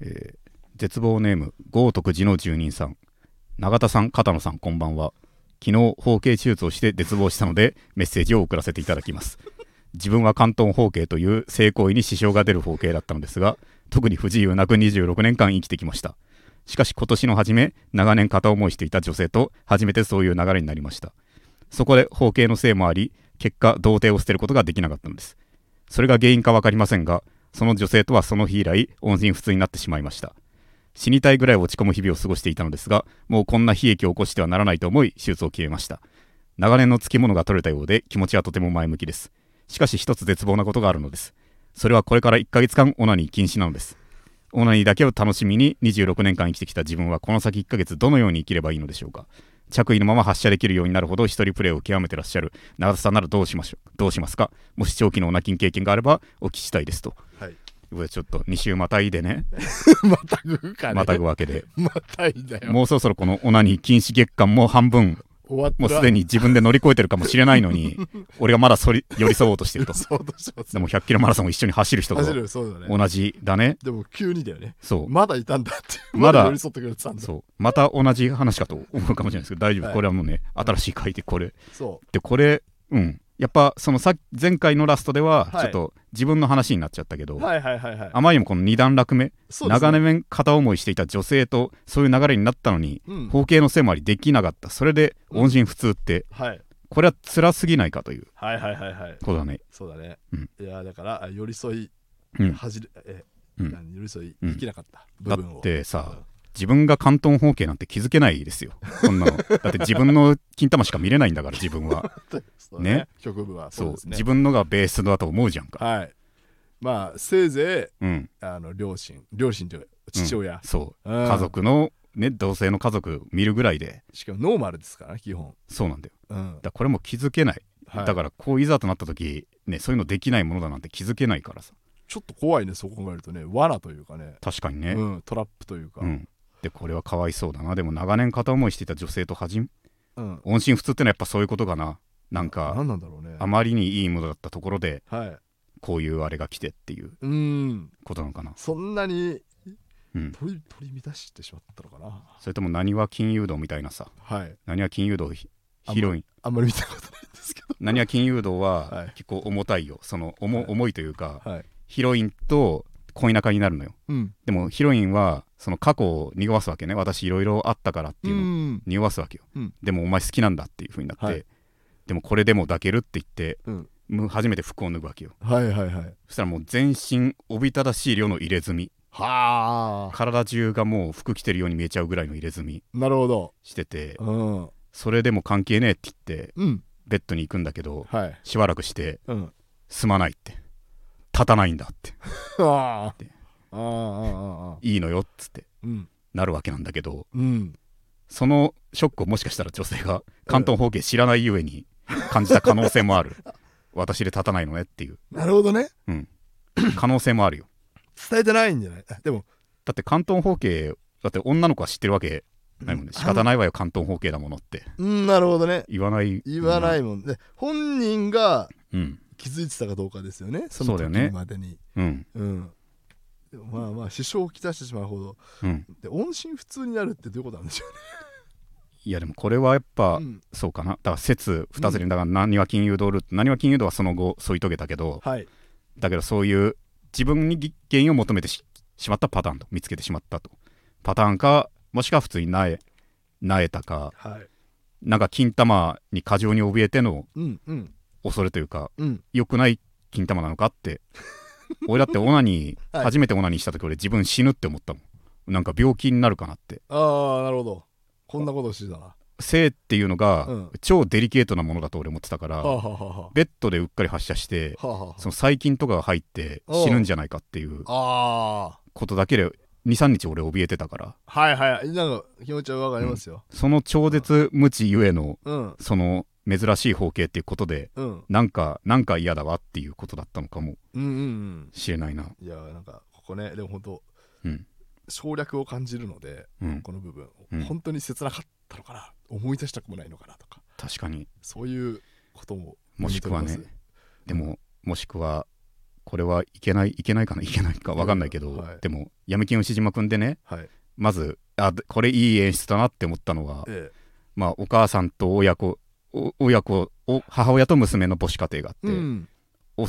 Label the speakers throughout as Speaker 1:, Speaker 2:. Speaker 1: えー絶望ネーム豪徳寺の住人さん永田さん片野さんこんばんは昨日包茎手術をして絶望したのでメッセージを送らせていただきます自分は関東包茎という性行為に支障が出る包茎だったのですが特に不自由なく26年間生きてきましたしかし今年の初め長年片思いしていた女性と初めてそういう流れになりましたそこで包茎のせいもあり結果童貞を捨てることができなかったのですそれが原因か分かりませんがその女性とはその日以来音信不通になってしまいました死にたいぐらい落ち込む日々を過ごしていたのですがもうこんな悲劇を起こしてはならないと思い手術を決めました長年のつきものが取れたようで気持ちはとても前向きですしかし一つ絶望なことがあるのですそれはこれから1ヶ月間オナニー禁止なのですオナニーだけを楽しみに26年間生きてきた自分はこの先1ヶ月どのように生きればいいのでしょうか着衣のまま発射できるようになるほど一人プレーを極めてらっしゃる長田さんならどうしましょうどうしますかもし長期のオナキン経験があればお聞きしたいですと
Speaker 2: はい。
Speaker 1: ということでちょっと2週またいでね
Speaker 2: またぐかね。
Speaker 1: またぐわけで
Speaker 2: またいだよ。
Speaker 1: もうそろそろこのオナニー禁止月間も半分
Speaker 2: 終わった。
Speaker 1: もうすでに自分で乗り越えてるかもしれないの に俺がまだそり寄り添おうとしてると
Speaker 2: そうとします
Speaker 1: で。も100キロマラソンを一緒に走る 人と
Speaker 2: 走る、そうだね。
Speaker 1: 同じだね
Speaker 2: でも急にだよね。
Speaker 1: そう
Speaker 2: まだいたんだって。
Speaker 1: まだ
Speaker 2: まだ寄り添ってくれてたんだ。
Speaker 1: そうまた同じ話かと思うかもしれないですけど大丈夫、
Speaker 2: はい
Speaker 1: これはもうね新しい回でこれ
Speaker 2: そ
Speaker 1: でこれうんやっぱそのさ前回のラストではち
Speaker 2: はい
Speaker 1: ょっと自分の話になっちゃったけど、
Speaker 2: う。はいはいはいはい。
Speaker 1: あまりにもこの二段落目、
Speaker 2: そうですね
Speaker 1: 長。年片思いしていた女性とそういう流れになったのに
Speaker 2: うん。
Speaker 1: 包茎のせいもありできなかったそれで音信不通って
Speaker 2: はい。
Speaker 1: これは辛すぎないかという
Speaker 2: はいはいはいはい。
Speaker 1: ことだね
Speaker 2: そうだね
Speaker 1: うん。
Speaker 2: いや、だから、あ寄り添い、
Speaker 1: うん
Speaker 2: 恥じえ、
Speaker 1: うん
Speaker 2: 何寄り添い、
Speaker 1: うん
Speaker 2: できなかった
Speaker 1: だ
Speaker 2: 部分
Speaker 1: っ
Speaker 2: を。
Speaker 1: てさ自分が関東包茎なんて気づけないですよこんなのだって自分の金玉しか見れないんだから自分は
Speaker 2: うん、そうだ
Speaker 1: ね
Speaker 2: ね。局部は
Speaker 1: そう
Speaker 2: そうですね
Speaker 1: 自。分のがベースだと思うじゃんか、
Speaker 2: はい。まあ、せいぜ
Speaker 1: うん、
Speaker 2: い、あの、両親、両親というか父親。
Speaker 1: そう、
Speaker 2: うん
Speaker 1: 家族のね同性の家族見るぐらいで
Speaker 2: しかもノーマルですからね、基本。
Speaker 1: そうなんだよ
Speaker 2: う
Speaker 1: だ。
Speaker 2: ん
Speaker 1: からこれも気づけない、
Speaker 2: はい
Speaker 1: だからこういざとなった時ねそういうのできないものだなんて気づけないからさ
Speaker 2: ちょっと怖いね、そう考えるとね、罠というかね、
Speaker 1: 確かにね、
Speaker 2: うん、トラップというか、
Speaker 1: う、んでこれはかわいそうだなでも長年片思いしていた女性とはじん
Speaker 2: うん、
Speaker 1: 音信不通ってのはやっぱそういうことかななんか
Speaker 2: 何なんだろうね。
Speaker 1: あまりにいいものだったところで
Speaker 2: はい。
Speaker 1: こういうあれが来てっていう
Speaker 2: うん、
Speaker 1: ことなのかな
Speaker 2: そんなに
Speaker 1: うん
Speaker 2: 取り取り乱してしまったのかな。
Speaker 1: それとも何は金融道みたいなさ
Speaker 2: はい。
Speaker 1: 何は金融道ひ
Speaker 2: あんま
Speaker 1: ヒロイン
Speaker 2: あんまり見たことないんですけ
Speaker 1: 何は金融道
Speaker 2: は
Speaker 1: はい結構重たいよその重,、
Speaker 2: はい
Speaker 1: 重いというか
Speaker 2: ど。はい。
Speaker 1: ヒロインと恋仲になるのよ
Speaker 2: うん。
Speaker 1: でもヒロインはその過去を匂わすわけね私いろいろあったからって
Speaker 2: う
Speaker 1: いうのを
Speaker 2: ん。
Speaker 1: 匂わすわけよ、
Speaker 2: うん
Speaker 1: でもお前好きなんだっていう風になって、
Speaker 2: はい
Speaker 1: でもこれでも抱けるって言って
Speaker 2: うん。
Speaker 1: む初めて服を脱ぐわけよ
Speaker 2: はいはいはい。
Speaker 1: そしたらもう全身おびただしい量の入れ墨
Speaker 2: はあ。
Speaker 1: 体中がもう服着てるように見えちゃうぐらいの入れ墨
Speaker 2: なるほど。
Speaker 1: してて
Speaker 2: うん。
Speaker 1: それでも関係ねえって言って
Speaker 2: うん。
Speaker 1: ベッドに行くんだけど
Speaker 2: はい。
Speaker 1: しばらくして
Speaker 2: うん。
Speaker 1: すまないって立たないんだって
Speaker 2: あ
Speaker 1: で
Speaker 2: あ。ああ。ああ。
Speaker 1: いいのよっつって
Speaker 2: うん。
Speaker 1: なるわけなんだけど
Speaker 2: うん。
Speaker 1: そのショックをもしかしたら女性が関東方形知らないゆえに感じた可能性もある私で立たないのねっていう
Speaker 2: なるほどね。
Speaker 1: 可能性もあるよ
Speaker 2: 伝えてないんじゃないあでも、
Speaker 1: だって関東方形だって女の子は知ってるわけないもんね仕方ないわよ関東方形だものって
Speaker 2: うん、なるほどね。
Speaker 1: 言わない
Speaker 2: 言わないいもんね。本人が
Speaker 1: うん
Speaker 2: 気づいてたかどうかですよね。そ
Speaker 1: そ
Speaker 2: の
Speaker 1: う
Speaker 2: 時
Speaker 1: だよね
Speaker 2: までに。
Speaker 1: うん
Speaker 2: うん。でもまあまあ、支障をきたしてしまうほど。
Speaker 1: うん
Speaker 2: で、音信不通になるってどういうことなんでしょ
Speaker 1: いやでもこれはやっぱ、
Speaker 2: うね。うん、
Speaker 1: そうかなだから説2つにだから何は金融道ルート何は金融道はその後添い遂げたけど
Speaker 2: はい。
Speaker 1: だけどそういう自分に原因を求めてししまったパターンと見つけてしまったとパターンかもしくは普通になえなえたか
Speaker 2: はい。
Speaker 1: なんか金玉に過剰に怯えての
Speaker 2: うんうん
Speaker 1: 恐れというか
Speaker 2: うん。
Speaker 1: 良くない金玉なのかって 俺だってオナニー、
Speaker 2: はい
Speaker 1: 初めてオナニーした時俺自分死ぬって思ったもんなんか病気になるかなって
Speaker 2: ああ、なるほど。こんなことしてたな。は
Speaker 1: 性っていうのが、
Speaker 2: うん
Speaker 1: 超デリケートなものだと俺思ってたから、
Speaker 2: あはあはあは
Speaker 1: ベッドでうっかり発射して
Speaker 2: あ。はあは
Speaker 1: その細菌とかが入って
Speaker 2: おう
Speaker 1: 死ぬんじゃないかっていう
Speaker 2: あ。あ
Speaker 1: ことだけで23日俺怯えてたから
Speaker 2: あ。はいはい。なんか気持ちはわかりますよ。
Speaker 1: その超絶無知ゆえの
Speaker 2: うん。
Speaker 1: その珍しい方形っていうことで
Speaker 2: うん。うん
Speaker 1: なんかなんか嫌だわっていうことだったのかも
Speaker 2: うんうん。
Speaker 1: しれないない
Speaker 2: や、なんかここね、でも本当、
Speaker 1: うん
Speaker 2: 省略を感じるので、
Speaker 1: うん
Speaker 2: この部分、
Speaker 1: うん
Speaker 2: 本当に切なかったのかな、思い出したくもないのかなとか、
Speaker 1: 確かに
Speaker 2: そういうことも。
Speaker 1: もしくはね
Speaker 2: 読み取れます
Speaker 1: でももしくはこれはいけないいけないかないけないか分かんないけど、
Speaker 2: うんはい
Speaker 1: でも闇金牛島くんでね
Speaker 2: はい
Speaker 1: まずあでこれいい演出だなって思ったのは、
Speaker 2: え
Speaker 1: まあ、お母さんと親子お親子お母親と娘の母子家庭があっ
Speaker 2: え
Speaker 1: て、
Speaker 2: うん
Speaker 1: お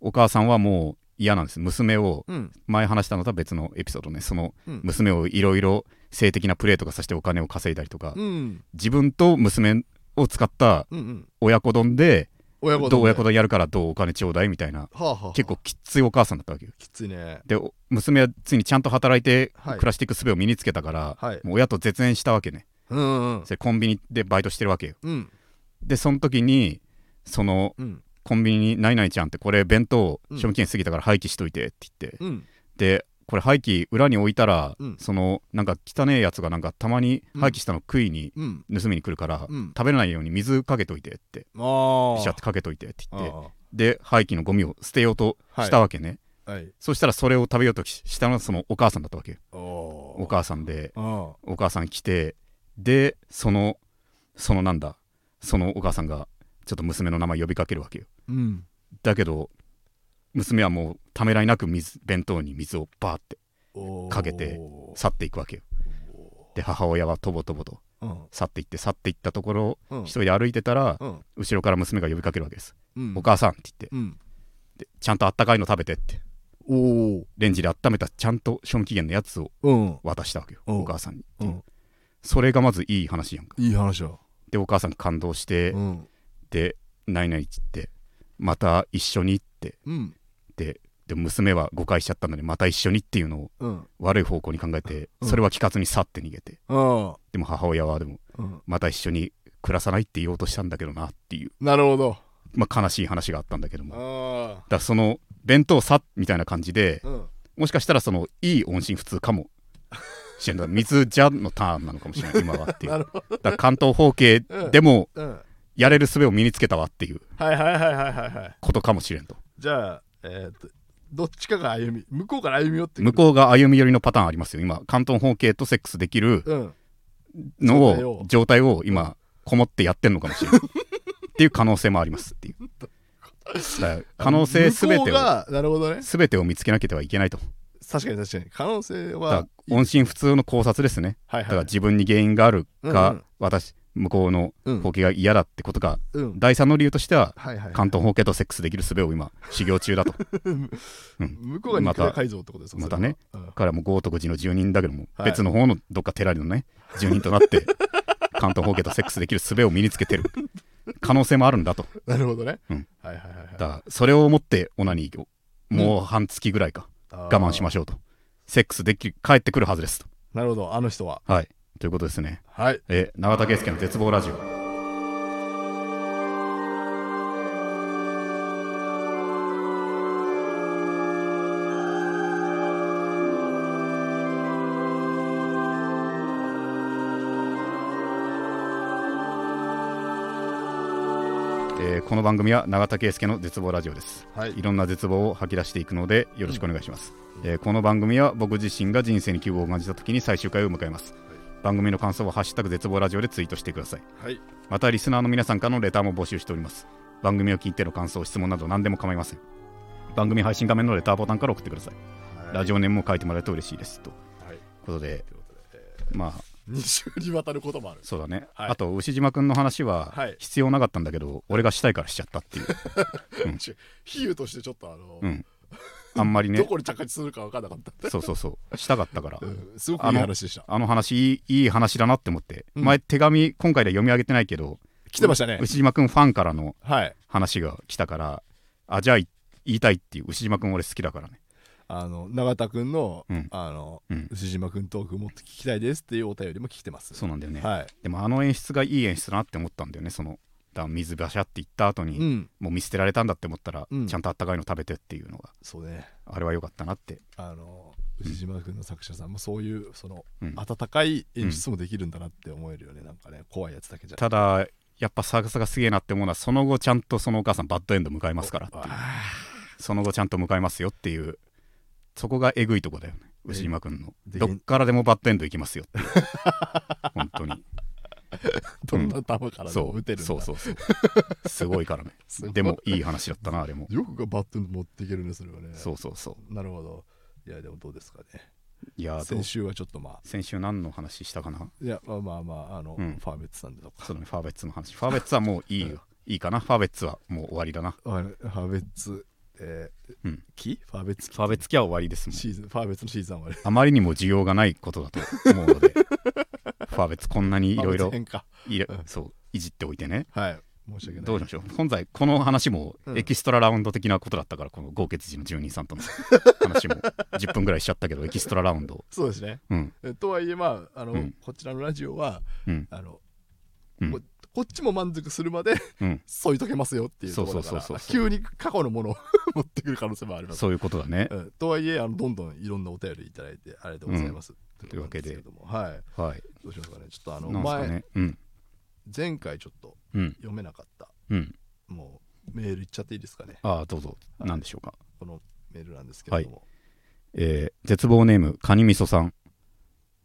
Speaker 1: お母さんはもう嫌なんです娘を
Speaker 2: うん
Speaker 1: 前話したのとは別のエピソードねその
Speaker 2: うん
Speaker 1: 娘をいろいろ性的なプレーとかさせてお金を稼いだりとか、
Speaker 2: うん
Speaker 1: 自分と娘を使った
Speaker 2: うんうん
Speaker 1: 親子丼で
Speaker 2: 親子
Speaker 1: どう親子
Speaker 2: だ
Speaker 1: 丼やるからどうお金ちょうだいみたいな
Speaker 2: はあはあ
Speaker 1: 結構きっついお母さんだったわけよ
Speaker 2: きついね
Speaker 1: でお娘はついにちゃんと働いて
Speaker 2: はい
Speaker 1: 暮らしていく術を身につけたから、
Speaker 2: はい
Speaker 1: もう親と絶縁したわけね
Speaker 2: うんうん
Speaker 1: それコンビニでバイトしてるわけよ
Speaker 2: うん
Speaker 1: でその時にその
Speaker 2: うん
Speaker 1: コンビニに「ないないちゃん」ってこれ弁当
Speaker 2: うん
Speaker 1: 賞味期限過ぎたから廃棄しといてって言って、
Speaker 2: うん
Speaker 1: でこれ廃棄裏に置いたら、
Speaker 2: うん
Speaker 1: そのなんか汚えやつがなんかたまに廃棄したの食いに、
Speaker 2: うん
Speaker 1: 盗みに来るから、
Speaker 2: うん
Speaker 1: 食べれないように水かけといてって
Speaker 2: ああ
Speaker 1: ピシャってかけといてって
Speaker 2: あ
Speaker 1: 言ってで廃棄のゴミを捨てようとしたわけね、
Speaker 2: あはい
Speaker 1: そしたらそれを食べようとししたのはそのお母さんだったわけよ
Speaker 2: おお
Speaker 1: お母さんで
Speaker 2: あ
Speaker 1: お母さん来てでそのそのなんだそのお母さんがちょっと娘の名前呼びかけるわけよ
Speaker 2: うん
Speaker 1: だけど娘はもうためらいなく水弁当に水をバーって
Speaker 2: おー
Speaker 1: かけて去っていくわけよで母親はとぼとぼと
Speaker 2: うん
Speaker 1: 去っていって去っていったところを
Speaker 2: うん
Speaker 1: 一人で歩いてたら
Speaker 2: うん
Speaker 1: 後ろから娘が呼びかけるわけです
Speaker 2: うん
Speaker 1: お母さんって言って
Speaker 2: うん
Speaker 1: でちゃんとあったかいの食べてって
Speaker 2: おお
Speaker 1: レンジで温めたちゃんと賞味期限のやつを
Speaker 2: うん
Speaker 1: 渡したわけよ
Speaker 2: うん
Speaker 1: お母さんに
Speaker 2: うん
Speaker 1: それがまずいい話やんか
Speaker 2: いい話だ
Speaker 1: でお母さん感動して
Speaker 2: うん
Speaker 1: で「ないない」っつってまた一緒にって
Speaker 2: うん
Speaker 1: でで娘は誤解しちゃったのでまた一緒にっていうのを
Speaker 2: うん
Speaker 1: 悪い方向に考えて
Speaker 2: うん
Speaker 1: それは聞かずに去って逃げて
Speaker 2: あ
Speaker 1: でも母親はでも
Speaker 2: あうん
Speaker 1: また一緒に暮らさないって言おうとしたんだけどなっていう、
Speaker 2: なるほど
Speaker 1: まあ、悲しい話があったんだけどもだか
Speaker 2: あ
Speaker 1: らその弁当さみたいな感じで
Speaker 2: あうん
Speaker 1: もしかしたらそのいい音信不通かもしれない水じゃのターンなのかもしれない今はっていう
Speaker 2: なるほど
Speaker 1: だから関東方形でも
Speaker 2: うんはい
Speaker 1: やれる術を身につけたわっていう
Speaker 2: はいはいはいはいはい
Speaker 1: ことかもしれんと
Speaker 2: じゃあえっとどっちかが歩み向こうから歩み寄ってくる
Speaker 1: 向こうが歩み寄りのパターンありますよ今関東方形とセックスできる
Speaker 2: うん
Speaker 1: の
Speaker 2: 状態
Speaker 1: を
Speaker 2: を
Speaker 1: 状態を今こもってやってんのかもしれないっていう可能性もありますっていうだから可能性すべ
Speaker 2: 向こ
Speaker 1: て
Speaker 2: う
Speaker 1: を
Speaker 2: がなるほどね
Speaker 1: すべてを見つけなければいけないと
Speaker 2: 確かに確かに可能性
Speaker 1: だから
Speaker 2: は
Speaker 1: 音信不通の考察ですね
Speaker 2: はい
Speaker 1: だから
Speaker 2: はい
Speaker 1: 自分に原因があるか、
Speaker 2: うんうん
Speaker 1: 私向こうの
Speaker 2: うん
Speaker 1: 法茎が嫌だってことか、
Speaker 2: うん
Speaker 1: 第三の理由としては
Speaker 2: はいはい
Speaker 1: 関東法茎とセックスできる術を今修行中だ とだ
Speaker 2: 向こうが肉体改造ってことですか
Speaker 1: またね
Speaker 2: それは
Speaker 1: からもう豪徳寺の住人だけども、
Speaker 2: はい
Speaker 1: 別の方のどっか寺のね住人となって関東法茎とセックスできる術を身につけてる可能性もあるんだと
Speaker 2: うんなるほどね
Speaker 1: うん
Speaker 2: はいはいはい
Speaker 1: だからそれをもってオナニーをもう半月ぐらいか、
Speaker 2: 我
Speaker 1: 我慢しま
Speaker 2: し
Speaker 1: しょうとセックスでき帰ってくるはずですと
Speaker 2: ょうなるほどあの人は
Speaker 1: はいということですね
Speaker 2: はい
Speaker 1: えー永田圭介の絶望ラジオえーこの番組は永田圭介の絶望ラジオです、
Speaker 2: はい
Speaker 1: いろんな絶望を吐き出していくのでよろしくお願いします、えーこの番組は僕自身が人生に希望を感じた時に最終回を迎えます、番組の感想は「ハッシュタグ絶望ラジオ」でツイートしてください
Speaker 2: はい
Speaker 1: またリスナーの皆さんからのレターも募集しております番組を聞いての感想質問など何でも構いません番組配信画面のレターボタンから送ってください、ラジオネームも書いてもらえると嬉しいですという
Speaker 2: はい
Speaker 1: ことで
Speaker 2: ということでえ
Speaker 1: まあ
Speaker 2: ー二週にわたることもある
Speaker 1: そうだね、
Speaker 2: はい
Speaker 1: あと牛島君の話は
Speaker 2: はい
Speaker 1: 必要なかったんだけど、俺がしたいからしちゃった っていううん
Speaker 2: ち比喩としてちょっとあの
Speaker 1: うんあんまり
Speaker 2: ど
Speaker 1: ね
Speaker 2: こに着地するか分からなかった
Speaker 1: そうそうそうしたかったから、
Speaker 2: うんすごくいい話でした
Speaker 1: あの話いいいい話だなって思って、
Speaker 2: うん
Speaker 1: 前手紙今回で読み上げてないけど
Speaker 2: 来てましたね
Speaker 1: 牛島君ファンからの
Speaker 2: はい
Speaker 1: 話が来たからあじゃあい言いたいっていう牛島君俺好きだからね
Speaker 2: あの永田君の
Speaker 1: うん
Speaker 2: あの
Speaker 1: うん
Speaker 2: 牛島君トークもっと聞きたいですっていうお便りも聞いてます
Speaker 1: そうなんだよね、
Speaker 2: は
Speaker 1: でもあの演出がいい演出だなって思ったんだよねそのだ水バシャって言った後に、
Speaker 2: いうん
Speaker 1: もう見捨てられたんだって思ったら、
Speaker 2: うん
Speaker 1: ちゃんとあったかいの食べてっていうのが
Speaker 2: そうね
Speaker 1: あれは良かったなって
Speaker 2: あの牛島君の作者さんもそういうその
Speaker 1: うん
Speaker 2: 温かい演出もできるんだなって思えるよねなんかね怖いやつだけじゃ
Speaker 1: ただやっぱサーがすげえなって思うのはその後ちゃんとそのお母さんバッドエンド迎えますからっていう
Speaker 2: あ
Speaker 1: その後ちゃんと迎えますよっていうそこがえぐいとこだよね牛島君の
Speaker 2: え
Speaker 1: どっからでもバッドエンド行きますよっていう本当に
Speaker 2: どんな球からで
Speaker 1: そ
Speaker 2: も
Speaker 1: う
Speaker 2: 打てるんだ、
Speaker 1: そうそうそうすごいからね
Speaker 2: すごい
Speaker 1: でもいい話だったなあれも
Speaker 2: よくがバット持っていけるねそれはね
Speaker 1: そうそうそう
Speaker 2: なるほどいやでもどうですかね
Speaker 1: いやーどう
Speaker 2: 先週はちょっとまあ
Speaker 1: 先週何の話したかない
Speaker 2: やまあまあまああの、
Speaker 1: うん
Speaker 2: ファーベッツさんでとか
Speaker 1: そうだねファーベッツの話ファーベッツはもういいよいいかなファーベッツはもう終わりだな
Speaker 2: あのファーベッツ、えー
Speaker 1: うん
Speaker 2: 期ファーベッツ期
Speaker 1: ファーベッツ期は終わりですもん
Speaker 2: シーズンファーベッツのシーズンはあれ
Speaker 1: あまりにも需要がないことだと思う のでファーベッツこんなにいろい
Speaker 2: ファ
Speaker 1: ろ
Speaker 2: ーベッツ変化
Speaker 1: いれそういじっておいてね
Speaker 2: はい申し訳ない
Speaker 1: どうしましょう本来この話も
Speaker 2: うん
Speaker 1: エキストララウンド的なことだったから、この豪傑寺の住人さんと の話も10分ぐらいしちゃったけどエキストララウンド
Speaker 2: そうですね
Speaker 1: うん
Speaker 2: えとはいえまああの、
Speaker 1: うん
Speaker 2: こちらのラジオは
Speaker 1: うん
Speaker 2: あの、
Speaker 1: うん
Speaker 2: ここっちも満足するまで
Speaker 1: うん
Speaker 2: 添いとけますよっていうところだから
Speaker 1: そうそうそうそ
Speaker 2: 急に過去のものを 持ってくる可能性もあります
Speaker 1: そういうことだね
Speaker 2: う、ん、とはいえあのどんどんいろんなお便りいただいてありがとうございます、
Speaker 1: というわけで
Speaker 2: ということなんですけどもはい
Speaker 1: はい
Speaker 2: どうしますかねちょっとあの
Speaker 1: なんすか
Speaker 2: 前、
Speaker 1: ねうん
Speaker 2: 前回ちょっと
Speaker 1: うん
Speaker 2: 読めなかった
Speaker 1: うん
Speaker 2: もうメールいっちゃっていいですかね
Speaker 1: ああどうぞ何でしょうか
Speaker 2: このメールなんですけれども、
Speaker 1: えー絶望ネームカニみそさん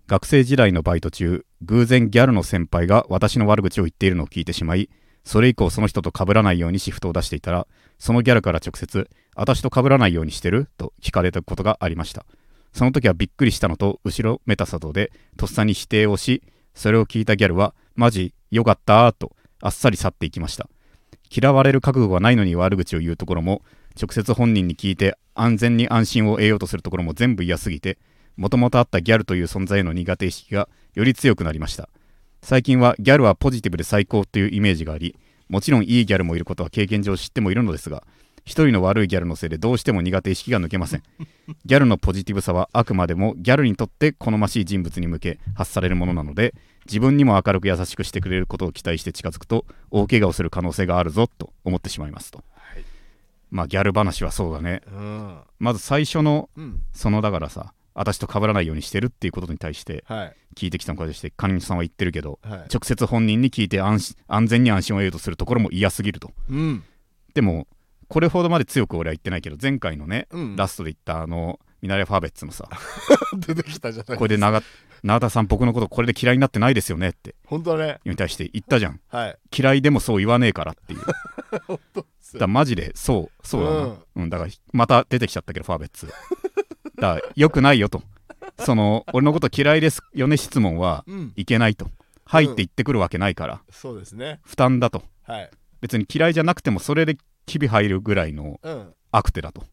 Speaker 1: 学生時代のバイト中偶然ギャルの先輩が私の悪口を言っているのを聞いてしまいそれ以降その人と被らないようにシフトを出していたらそのギャルから直接「私と被らないようにしてる?」と聞かれたことがありましたその時はびっくりしたのと後ろめたさとでとっさに否定をしそれを聞いたギャルは「マジよかった」とあっさり去っていきました嫌われる覚悟がないのに悪口を言うところも直接本人に聞いて安全に安心を得ようとするところも全部嫌すぎてもともとあったギャルという存在への苦手意識がより強くなりました最近はギャルはポジティブで最高というイメージがありもちろんいいギャルもいることは経験上知ってもいるのですが一人の悪いギャルのせいでどうしても苦手意識が抜けませんギャルのポジティブさはあくまでもギャルにとって好ましい人物に向け発されるものなので自分にも明るく優しくしてくれることを期待して近づくと大怪我をする可能性があるぞと思ってしまいますと
Speaker 2: はい
Speaker 1: まあギャル話はそうだね
Speaker 2: うん
Speaker 1: まず最初の
Speaker 2: うん
Speaker 1: そのだからさ私と被らないようにしてるっていうことに対して
Speaker 2: はい
Speaker 1: 聞いてきたのかとしてカニミさんは言ってるけど
Speaker 2: はい
Speaker 1: 直接本人に聞いて安心安全に安心を得ようとするところも嫌すぎると
Speaker 2: うん
Speaker 1: でもこれほどまで強く俺は言ってないけど前回のね、
Speaker 2: うん
Speaker 1: ラストで言ったあのミナレファーベッツの さ
Speaker 2: 出てきたじゃない
Speaker 1: これで永永田さん僕のことこれで嫌いになってないですよねって
Speaker 2: 本当だね
Speaker 1: に対して言ったじゃん
Speaker 2: はい
Speaker 1: 嫌いでもそう言わねえからっていうだか
Speaker 2: 本当っすよ
Speaker 1: らマジでそうそうだな、
Speaker 2: うん
Speaker 1: うん、だからまた出てきちゃったけどファーベッ ツだからよくないよとその俺のこと嫌いですよね質問は
Speaker 2: うん
Speaker 1: いけないと「はい」って言ってくるわけないから
Speaker 2: そうですね
Speaker 1: 負担だと
Speaker 2: はい
Speaker 1: 別に嫌いじゃなくてもそれで機微入るぐらいの
Speaker 2: うん
Speaker 1: 悪手だと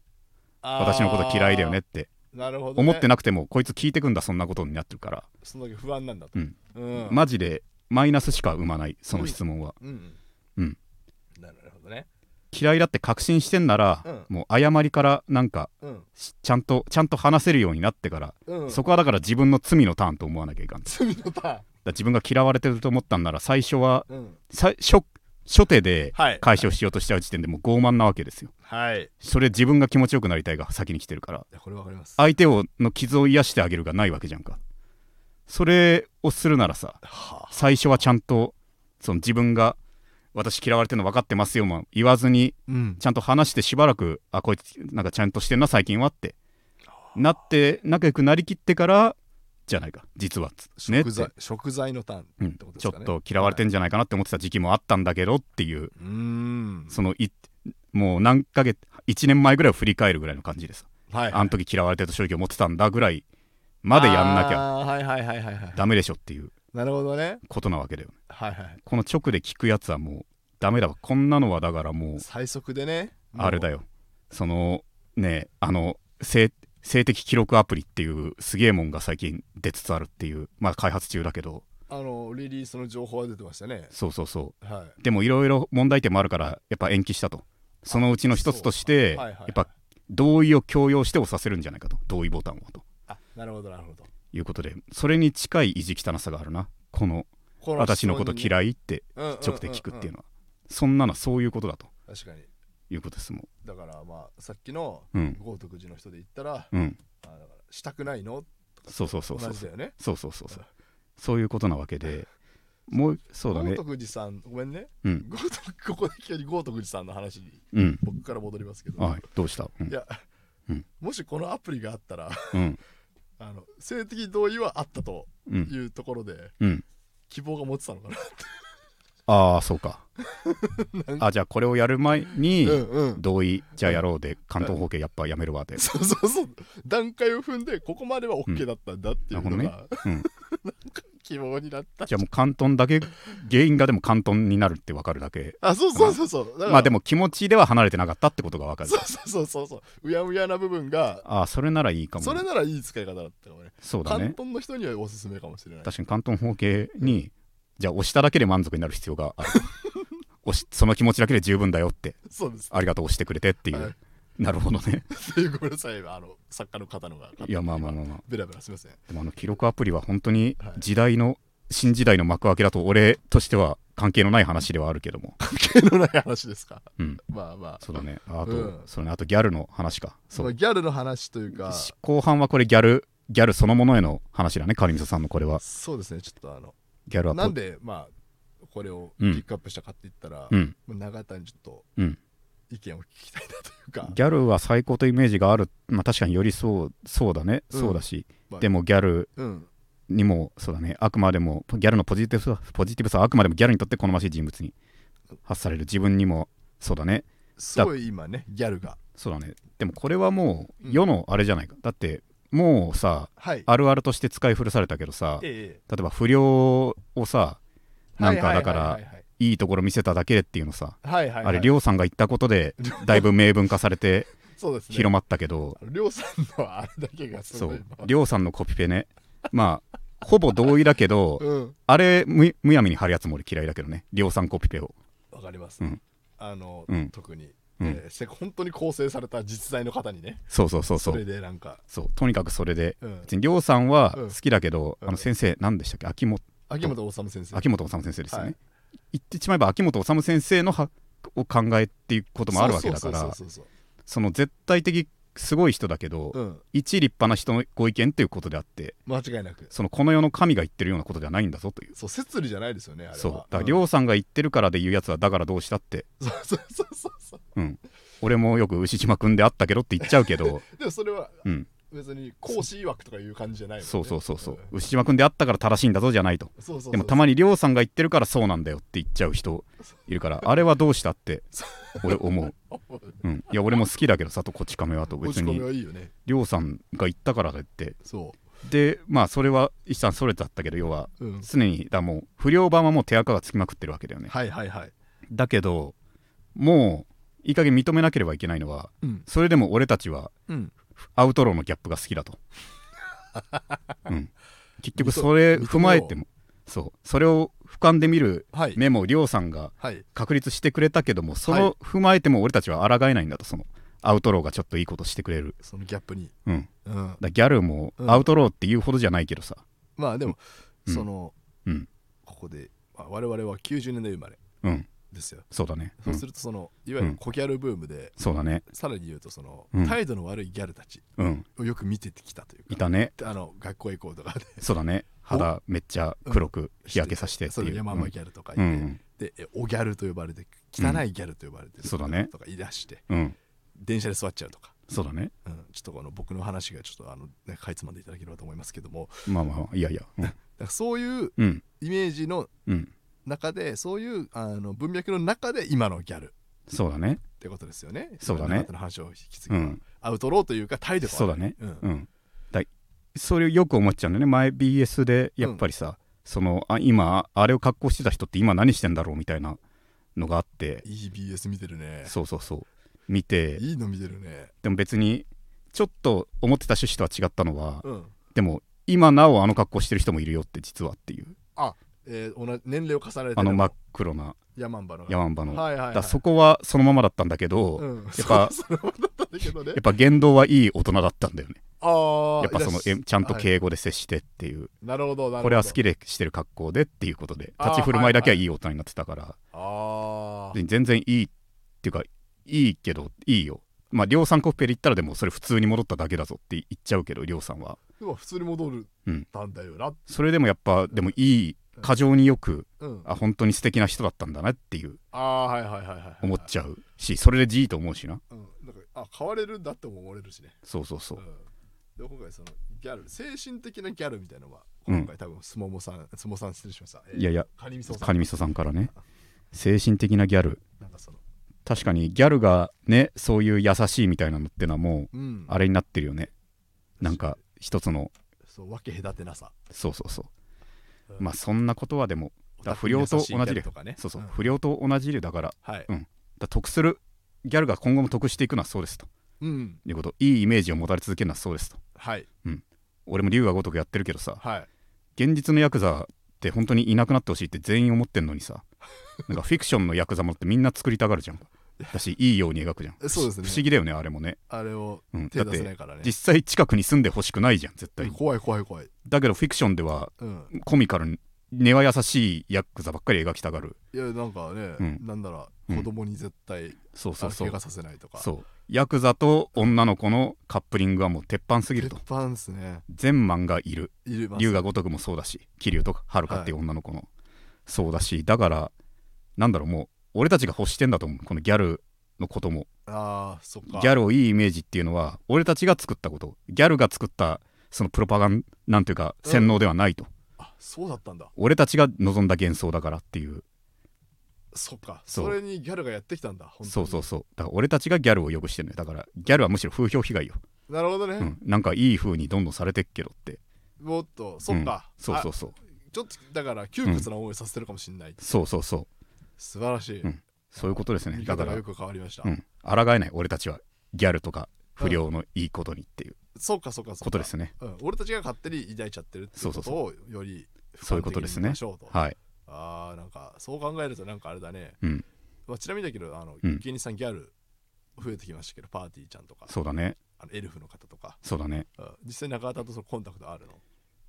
Speaker 1: 私のこと嫌いだよねって
Speaker 2: なるほど、ね、
Speaker 1: 思ってなくてもこいつ聞いてくんだそんなことになってるから
Speaker 2: その時不安なんだと
Speaker 1: うん
Speaker 2: うん
Speaker 1: マジでマイナスしか生まないその質問は
Speaker 2: うん
Speaker 1: うん
Speaker 2: なるほどね
Speaker 1: 嫌いだって確信してんなら
Speaker 2: うん
Speaker 1: もう誤りからなんか
Speaker 2: うん
Speaker 1: しちゃんとちゃんと話せるようになってから
Speaker 2: うん
Speaker 1: そこはだから自分の罪のターンと思わなきゃいかん
Speaker 2: 罪のタ
Speaker 1: だから自分が嫌われてると思ったんなら最初は
Speaker 2: ーンうん
Speaker 1: さ初初手で
Speaker 2: はい
Speaker 1: 解消しようとしちゃう時点でもう傲慢なわけですよ
Speaker 2: はいい
Speaker 1: それ自分が気持ちよくなりたいが先に来てるから
Speaker 2: やこれわかります
Speaker 1: 相手をの傷を癒してあげるがないわけじゃんかそれをするならさ
Speaker 2: は
Speaker 1: 最初はちゃんとその自分が私嫌われてるの分かってますよも言わずに
Speaker 2: うん
Speaker 1: ちゃんと話してしばらくあこいつなんかちゃんとしてんな最近はってなって仲良くなりきってからじゃないか実はつねって
Speaker 2: 食材食材のターン
Speaker 1: うん
Speaker 2: ってことで
Speaker 1: ちょ
Speaker 2: す
Speaker 1: っ
Speaker 2: かね
Speaker 1: と嫌われてんじゃないかなって思ってた時期もあったんだけどっていう、
Speaker 2: うーん
Speaker 1: そのいもう何ヶ月1年前ぐらいを振り返るぐらいの感じです、
Speaker 2: はい
Speaker 1: あの時嫌われてた正直思ってたんだぐらいまでやんなきゃ
Speaker 2: あーはいはいはいはいはい
Speaker 1: ダメでしょっていう
Speaker 2: なるほどね
Speaker 1: ことなわけだよね
Speaker 2: はいはい
Speaker 1: この直で聞くやつはもうダメだわこんなのはだからもう
Speaker 2: 最速でね
Speaker 1: あれだ
Speaker 2: よ
Speaker 1: よそのねあの性性的記録アプリっていうすげえもんが最近出つつあるっていうまあ開発中だけど
Speaker 2: あのリリースの情報は出てましたね
Speaker 1: そうそうそう
Speaker 2: は
Speaker 1: でもいろいろ問題点もあるからやっぱ延期したとそのうちの一つとして
Speaker 2: そうはいはい
Speaker 1: や
Speaker 2: はい
Speaker 1: っぱ同意を強要して押させるんじゃないかと同意ボタンをと
Speaker 2: いあなるほどなるほど
Speaker 1: いうことでそれに近い意地汚さがあるなこの
Speaker 2: こ
Speaker 1: 私のこと
Speaker 2: い
Speaker 1: 嫌いって直で聞くっていうのはそんなのはそういうことだと
Speaker 2: 確かに
Speaker 1: いうことですもん
Speaker 2: だからまあさっきの
Speaker 1: うん
Speaker 2: 豪徳寺の人で言ったら、
Speaker 1: うん
Speaker 2: あだからしたくないの
Speaker 1: そうそうそうそ
Speaker 2: 同
Speaker 1: う
Speaker 2: じ
Speaker 1: そ
Speaker 2: だ
Speaker 1: う
Speaker 2: よね
Speaker 1: そうそうそうそういうことなわけでもうそうだね
Speaker 2: 豪徳寺さんごめんね
Speaker 1: うん
Speaker 2: 豪徳 ここで急に豪徳寺さんの話に
Speaker 1: うん
Speaker 2: 僕から戻りますけど、
Speaker 1: はいどうしたうん
Speaker 2: いや、
Speaker 1: うん
Speaker 2: もしこのアプリがあったら
Speaker 1: うん
Speaker 2: あの性的同意はあったと
Speaker 1: うん
Speaker 2: いうところで、
Speaker 1: うん
Speaker 2: 希望が持ってたのかな
Speaker 1: ああそうか
Speaker 2: なん
Speaker 1: あじゃあこれをやる前に
Speaker 2: うんうん
Speaker 1: 同意じゃあやろうで関東方形やっぱやめるわで、
Speaker 2: そうそうそう段階を踏んでここまでは OK だったんだっていうのが、
Speaker 1: なるうん、
Speaker 2: 希望になった
Speaker 1: じゃあもう関東だけ原因がでも関東になるって分かるだけ
Speaker 2: あそうそうそうそうだから
Speaker 1: まあでも気持ちでは離れてなかったってことが分かる
Speaker 2: そうそうそうそうそううやうやな部分が
Speaker 1: ああそれならいいかも
Speaker 2: それならいい使い方だったよね
Speaker 1: そうだ
Speaker 2: 関
Speaker 1: ね
Speaker 2: 東の人にはおすすめかもしれない
Speaker 1: 確かに関東方形にじゃあ押しただけで満足になる必要が ある押しその気持ちだけで十分だよって
Speaker 2: そうです
Speaker 1: ありがとう押してくれてっていう、
Speaker 2: はい
Speaker 1: なるほど ね
Speaker 2: でごめんなさいあの作家の方のが
Speaker 1: いやまあまあまあまあ
Speaker 2: ベラベラすいません
Speaker 1: でもあの記録アプリは本当に
Speaker 2: はい
Speaker 1: 時代の、新時代の幕開けだと俺としては関係のない話ではあるけども、
Speaker 2: 関係のない話ですか
Speaker 1: うん、
Speaker 2: まあまあ
Speaker 1: そうだねああと、
Speaker 2: うん
Speaker 1: そうねあとギャルの話かそ
Speaker 2: まあ
Speaker 1: う
Speaker 2: ギャルの話というか
Speaker 1: し後半はこれギャルギャルそのものへの話だねカリミソさんのこれは
Speaker 2: そうですねちょっとあの
Speaker 1: ギャルはポ
Speaker 2: なんでまあこれをピックアップしたかって言ったら、
Speaker 1: うん
Speaker 2: もう永田にちょっと
Speaker 1: うん
Speaker 2: 意見を聞きたいなというか、
Speaker 1: ギャルは最高というイメージがある、まあ、確かによりそうそうだね、
Speaker 2: うん
Speaker 1: そうだし、
Speaker 2: まあ
Speaker 1: でもギャル
Speaker 2: うん、
Speaker 1: にもそうだねあくまでもギャルのポジティブさポジティブさはあくまでもギャルにとって好ましい人物に発される自分にもそうだね
Speaker 2: すごい今ねギャルが
Speaker 1: そうだねでもこれはも
Speaker 2: う
Speaker 1: うん世のあれじゃないか、だってもうさ
Speaker 2: はい
Speaker 1: あるあるとして使い古されたけどさ例
Speaker 2: え
Speaker 1: えば不良をさ
Speaker 2: え
Speaker 1: なんかだから
Speaker 2: はいはい
Speaker 1: いいところ見せただけっていうのさ、
Speaker 2: はいはいはいはいはい
Speaker 1: あれりょうさんが言ったことでだいぶ明文化され て
Speaker 2: そうですね
Speaker 1: 広まったけど、
Speaker 2: りょうさんのあれだけがす
Speaker 1: そ
Speaker 2: ごいうまあ
Speaker 1: りょうさんのコピペねまあほぼ同意だけど
Speaker 2: うん
Speaker 1: あれむむやみに貼るやつも俺嫌いだけどねりょうさんコピペを
Speaker 2: わかります、
Speaker 1: うん
Speaker 2: あの、
Speaker 1: うん
Speaker 2: 特に、
Speaker 1: うん
Speaker 2: えーせ本当に構成された実在の方にね
Speaker 1: そうそうそうそ
Speaker 2: そうれでなんか、
Speaker 1: そうとにかくそれで
Speaker 2: うん、
Speaker 1: 別にりょうさんは
Speaker 2: うん
Speaker 1: 好きだけど、
Speaker 2: うん
Speaker 1: あの先生何でしたっけ秋元
Speaker 2: 秋元治先生
Speaker 1: 秋元治先生ですよね、
Speaker 2: はい
Speaker 1: 言ってしまえば秋元治先生のはを考えっていうこともあるわけだから
Speaker 2: そうそうそうそう
Speaker 1: その絶対的すごい人だけど、
Speaker 2: そううん
Speaker 1: 一立派な人のご意見ということであって
Speaker 2: 間違いなく
Speaker 1: そのこの世の神が言ってるようなことではないんだぞという
Speaker 2: そう摂理じゃないですよねあれは
Speaker 1: そうだから
Speaker 2: うん
Speaker 1: 亮さんが言ってるからで言うやつはだからどうしたって
Speaker 2: そうそうそうそうそ
Speaker 1: 俺もよく牛島君であったけどって言っちゃうけ ど、
Speaker 2: うでもそれは
Speaker 1: うん、
Speaker 2: 別に講師曰くとかいう感じじゃないもんね
Speaker 1: そうそうそうそう、
Speaker 2: ん
Speaker 1: 牛島君であったから正しいんだぞじゃないと
Speaker 2: そうそうそう
Speaker 1: でもたまに亮さんが言ってるからそうなんだよって言っちゃう人いる からあれはどうしたって俺思ううん、いや俺も好きだけどさとこち亀はと
Speaker 2: 落
Speaker 1: 別
Speaker 2: ち込みは
Speaker 1: に
Speaker 2: いいよね
Speaker 1: りょうさんが言ったからだって
Speaker 2: そ
Speaker 1: でまあそれは一旦それだったけど要は
Speaker 2: う、うん、
Speaker 1: 常にだからもう不良版はもう手垢がつきまくってるわけだよね
Speaker 2: はいはいはい
Speaker 1: だけどもういい加減認めなければいけないのは
Speaker 2: うん
Speaker 1: それでも俺たちは
Speaker 2: うん
Speaker 1: アウトローのギャップが好きだ と、うん、結局それ踏まえてもそうそれを俯瞰で見る
Speaker 2: はい
Speaker 1: 目もりょうさんが
Speaker 2: はい
Speaker 1: 確立してくれたけどもそ
Speaker 2: はい
Speaker 1: の踏まえても俺たちは抗えないんだとそのアウトローがちょっといいことしてくれる
Speaker 2: そのギャップに
Speaker 1: うん、
Speaker 2: うん
Speaker 1: だギャルも
Speaker 2: うん
Speaker 1: アウトローっていうほどじゃないけどさ、
Speaker 2: まあでも、
Speaker 1: うん
Speaker 2: その、
Speaker 1: うん
Speaker 2: ここで、まあ、我々は90年代生まれ
Speaker 1: うん
Speaker 2: ですよ
Speaker 1: そうだね、う
Speaker 2: そ
Speaker 1: ん
Speaker 2: うするとその、いわゆるコギャルブームで、
Speaker 1: そうだね
Speaker 2: さらに言うとその、
Speaker 1: うん
Speaker 2: 態度の悪いギャルたち
Speaker 1: うん
Speaker 2: をよく見てきたというか
Speaker 1: いたね
Speaker 2: あの学校へ行こうとかで
Speaker 1: そうだね肌めっちゃ黒く日焼けさせてって
Speaker 2: そ
Speaker 1: い
Speaker 2: の
Speaker 1: う、
Speaker 2: 山
Speaker 1: うん
Speaker 2: マギャルとかいうて、
Speaker 1: ん
Speaker 2: でえおギャルと呼ばれて汚いギャルと呼ばれてる
Speaker 1: うんそうだね
Speaker 2: とか言い出して
Speaker 1: うんうん
Speaker 2: 電車で座っちゃうとか、
Speaker 1: そうだね
Speaker 2: うん、ちょっとこの僕の話がちょっとあの、ね、かいつまんでいただければと思いますけども
Speaker 1: まあまあまあいやいや
Speaker 2: だからそういう
Speaker 1: うんうん、
Speaker 2: イメージの
Speaker 1: うん、
Speaker 2: 中でそういうあの文脈の中で今のギャル
Speaker 1: そうだね
Speaker 2: ってことですよね。
Speaker 1: そうだね
Speaker 2: 今の中の話を引き継ぎ、
Speaker 1: うん
Speaker 2: アウトローというか態度が悪い
Speaker 1: そうだね
Speaker 2: うん
Speaker 1: うんだそれをよく思っちゃうんだよね前 BS でやっぱりさ、そのあ今あれを格好してた人って今何してんだろうみたいなのがあって
Speaker 2: いい BS 見てるね。
Speaker 1: そうそうそう見て
Speaker 2: いいの見てるね。
Speaker 1: でも別にちょっと思ってた趣旨とは違ったのは、
Speaker 2: うん。
Speaker 1: でも今なおあの格好してる人もいるよって実はっていう
Speaker 2: えー、同じ年齢を重ねて
Speaker 1: あの真っ
Speaker 2: マ
Speaker 1: 黒な
Speaker 2: ヤマンバの
Speaker 1: ヤマンバの、
Speaker 2: はいはい、
Speaker 1: だ
Speaker 2: はい
Speaker 1: からそこはそのままだったんだけど、
Speaker 2: うん、や
Speaker 1: やっぱ
Speaker 2: それもだったんだけどね
Speaker 1: やっ。ぱ言動はいい大人だったんだよね
Speaker 2: ああ。
Speaker 1: やっぱその
Speaker 2: いや
Speaker 1: えちゃんと
Speaker 2: はい
Speaker 1: 敬語で接してっていう、
Speaker 2: なるほど、なるほど。
Speaker 1: これは好きでしてる格好でっていうことで
Speaker 2: あー
Speaker 1: 立ち振る舞いだけはいい大人になってたから、
Speaker 2: ああ。
Speaker 1: 全然いいっていうかいいけどいいよまあ量産コッペで言ったらでもそれ普通に戻っただけだぞって言っちゃうけど量産は
Speaker 2: でも普通に戻る
Speaker 1: うん
Speaker 2: たんだよな。
Speaker 1: それでもやっぱでもいい過剰によく
Speaker 2: うん。あ
Speaker 1: あ本当に素敵な人だったんだなっていう
Speaker 2: あー、はいはいはいはい。
Speaker 1: 思っちゃうしそれでじいと思うしな
Speaker 2: うん。なんかあ、変われるんだっても思われるしね。
Speaker 1: そうそうそう
Speaker 2: うんで今回そのギャル精神的なギャルみたいなのは
Speaker 1: うん
Speaker 2: 今回多分すももさんすもさん失礼しましたえー
Speaker 1: いやいや
Speaker 2: カニミソさ
Speaker 1: カ
Speaker 2: ん
Speaker 1: ニミソさんからね精神的なギャル
Speaker 2: なんかその
Speaker 1: 確かにギャルがねそういう優しいみたいなのってのはもう
Speaker 2: うん
Speaker 1: あれになってるよねなんか一つの
Speaker 2: そうわけ隔てなさ
Speaker 1: そうそうそううんまあそんなことはでもだから不良と同じで
Speaker 2: とかね
Speaker 1: そうそう、
Speaker 2: ん
Speaker 1: 不良と同じでだからだか
Speaker 2: はい
Speaker 1: ら得するギャルが今後も得していくのはそうですと
Speaker 2: うん
Speaker 1: いうこといいイメージを持たれ続けるのはそうですと
Speaker 2: はい
Speaker 1: 俺も龍が如くやってるけどさ
Speaker 2: はい
Speaker 1: 現実のヤクザって本当にいなくなってほしいって全員思ってんのに さなんかフィクションのヤクザものってみんな作りたがるじゃんだしいいように描くじゃん
Speaker 2: えそうですね
Speaker 1: 不思議だよねあれもね、
Speaker 2: あれを
Speaker 1: うん、だ
Speaker 2: 手
Speaker 1: っ
Speaker 2: 出せな
Speaker 1: て
Speaker 2: いからね
Speaker 1: 実際近くに住んでほしくないじゃん絶対に
Speaker 2: 怖い怖い怖い
Speaker 1: だけどフィクションでは
Speaker 2: うん
Speaker 1: コミカルに根は優しいヤクザばっかり描きたがる
Speaker 2: いやなんかね、
Speaker 1: うん
Speaker 2: なんなら
Speaker 1: うん
Speaker 2: 子供に絶対
Speaker 1: そうそ
Speaker 2: あ
Speaker 1: う
Speaker 2: の
Speaker 1: そ
Speaker 2: 怪
Speaker 1: う
Speaker 2: 我させないとか、
Speaker 1: そうヤクザと女の子のカップリングはもう鉄板すぎる
Speaker 2: 鉄
Speaker 1: と
Speaker 2: 板ですね
Speaker 1: 全漫画いる
Speaker 2: いるます
Speaker 1: 龍が如くもそうだし桐生とか遥かっていう女の子の、そうだしだからなんだろうもう俺たちが欲してんだと思うこのギャルのことも
Speaker 2: ああそっか
Speaker 1: ギャルをいいイメージっていうのは俺たちが作ったことギャルが作ったそのプロパガンなんていうか
Speaker 2: うん
Speaker 1: 洗脳ではないと、
Speaker 2: あそうだったんだ
Speaker 1: 俺たちが望んだ幻想だからっていう
Speaker 2: そっか
Speaker 1: そ
Speaker 2: そうれにギャルがやってきたんだ本当に
Speaker 1: そうそうそうだから俺たちがギャルをよくしてるのよだからギャルはむしろ風評被害よ、
Speaker 2: なるほどね、
Speaker 1: うん、なんかいい風にどんどんされてっけどって
Speaker 2: もっとそっか、
Speaker 1: うんそうそう
Speaker 2: あ
Speaker 1: そう
Speaker 2: ちょっとだから窮屈な思いさせてるかもしれない、
Speaker 1: そうそうそう
Speaker 2: 素晴らしい、
Speaker 1: うんそういうことですね
Speaker 2: 見
Speaker 1: だか
Speaker 2: 方
Speaker 1: ら
Speaker 2: がよく変わりました、
Speaker 1: うん、抗えない俺たちはギャルとか不良のいいことにっていう
Speaker 2: そっかそっかそっか
Speaker 1: ことですね、
Speaker 2: うん、俺たちが勝手に抱いちゃってるっていうことをより
Speaker 1: そういうことですね
Speaker 2: 俯瞰的に見ましょうと
Speaker 1: はい
Speaker 2: あーなんかそう考えるとなんかあれだね、
Speaker 1: うん
Speaker 2: まあ、ちなみにだけどあの、
Speaker 1: うん
Speaker 2: 芸人さんギャル増えてきましたけどパーティーちゃんとか
Speaker 1: そうだね
Speaker 2: あのエルフの方とか、
Speaker 1: そうだね
Speaker 2: うん実際中田とそのコンタクトある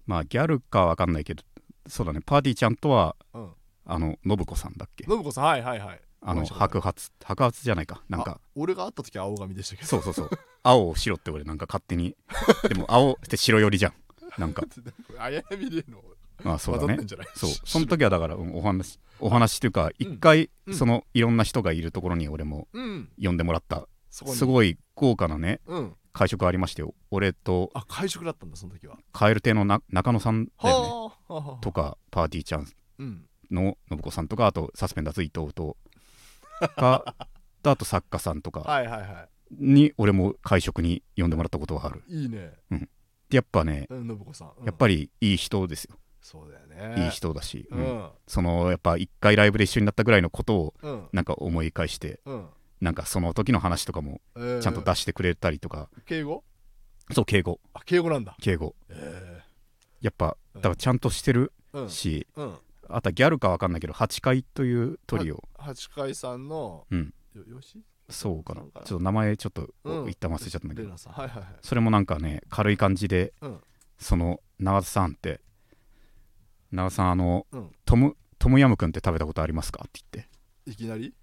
Speaker 1: まあギャルかわかんないけどそうだねパーティーちゃんとは
Speaker 2: のうん
Speaker 1: あの信子さんだっけ
Speaker 2: 信子さんはいはいはい
Speaker 1: あの
Speaker 2: ごめんなさい
Speaker 1: 白髪白髪じゃないかなんか
Speaker 2: あ俺が会った時は青髪でしたけど
Speaker 1: そうそうそう青を白って俺なんか勝手にでも青って白寄りじゃんなんか
Speaker 2: あやみれの
Speaker 1: まあそう
Speaker 2: 混ざ
Speaker 1: だ
Speaker 2: っ
Speaker 1: ね
Speaker 2: てんじゃない
Speaker 1: そうその時はだから、うんお話お話というか一回、
Speaker 2: うん
Speaker 1: そのいろんな人がいるところに俺も
Speaker 2: うん
Speaker 1: 呼んでもらった、
Speaker 2: そこに
Speaker 1: すごい豪華なね
Speaker 2: うん
Speaker 1: 会食ありまして俺と
Speaker 2: あ会食だったんだその時は
Speaker 1: カエル亭のな中野さんだよね
Speaker 2: あはあはあ
Speaker 1: とかパーティーちゃん
Speaker 2: うん
Speaker 1: の信子さんとかあとサスペンダーズ伊藤と かとあと作家さんとか
Speaker 2: はいはいは
Speaker 1: に俺も会食に呼んでもらったことはある
Speaker 2: いいいね
Speaker 1: でやっぱね
Speaker 2: うん信子さん、
Speaker 1: やっぱ
Speaker 2: り
Speaker 1: りいい人ですよ、
Speaker 2: そうだよね
Speaker 1: いい人だし、
Speaker 2: う
Speaker 1: うん
Speaker 2: ん
Speaker 1: そのやっぱ一回ライブで一緒になったぐらいのことを
Speaker 2: うん
Speaker 1: なんか思い返して
Speaker 2: うん
Speaker 1: なんかその時の話とかも
Speaker 2: えー
Speaker 1: ちゃんと出してくれたりとか、
Speaker 2: 敬語
Speaker 1: そう敬語
Speaker 2: あ敬語なんだ
Speaker 1: 敬語
Speaker 2: え
Speaker 1: やっぱだからちゃんとしてる
Speaker 2: えうん
Speaker 1: し、
Speaker 2: うん
Speaker 1: あとはギャルかわかんないけど8階というトリオ
Speaker 2: 八階さんの
Speaker 1: うん
Speaker 2: よよし
Speaker 1: そうかな
Speaker 2: そうかな
Speaker 1: ちょっと名前ちょっと
Speaker 2: うん
Speaker 1: 一旦忘れちゃったんだけ
Speaker 2: レ
Speaker 1: ど、
Speaker 2: ナさんはいはいはい
Speaker 1: それもなんかね軽い感じで、
Speaker 2: うん
Speaker 1: その長田さんって長田さんあの、
Speaker 2: うん
Speaker 1: トムトムヤムくんって食べたことありますかって言って
Speaker 2: いきなり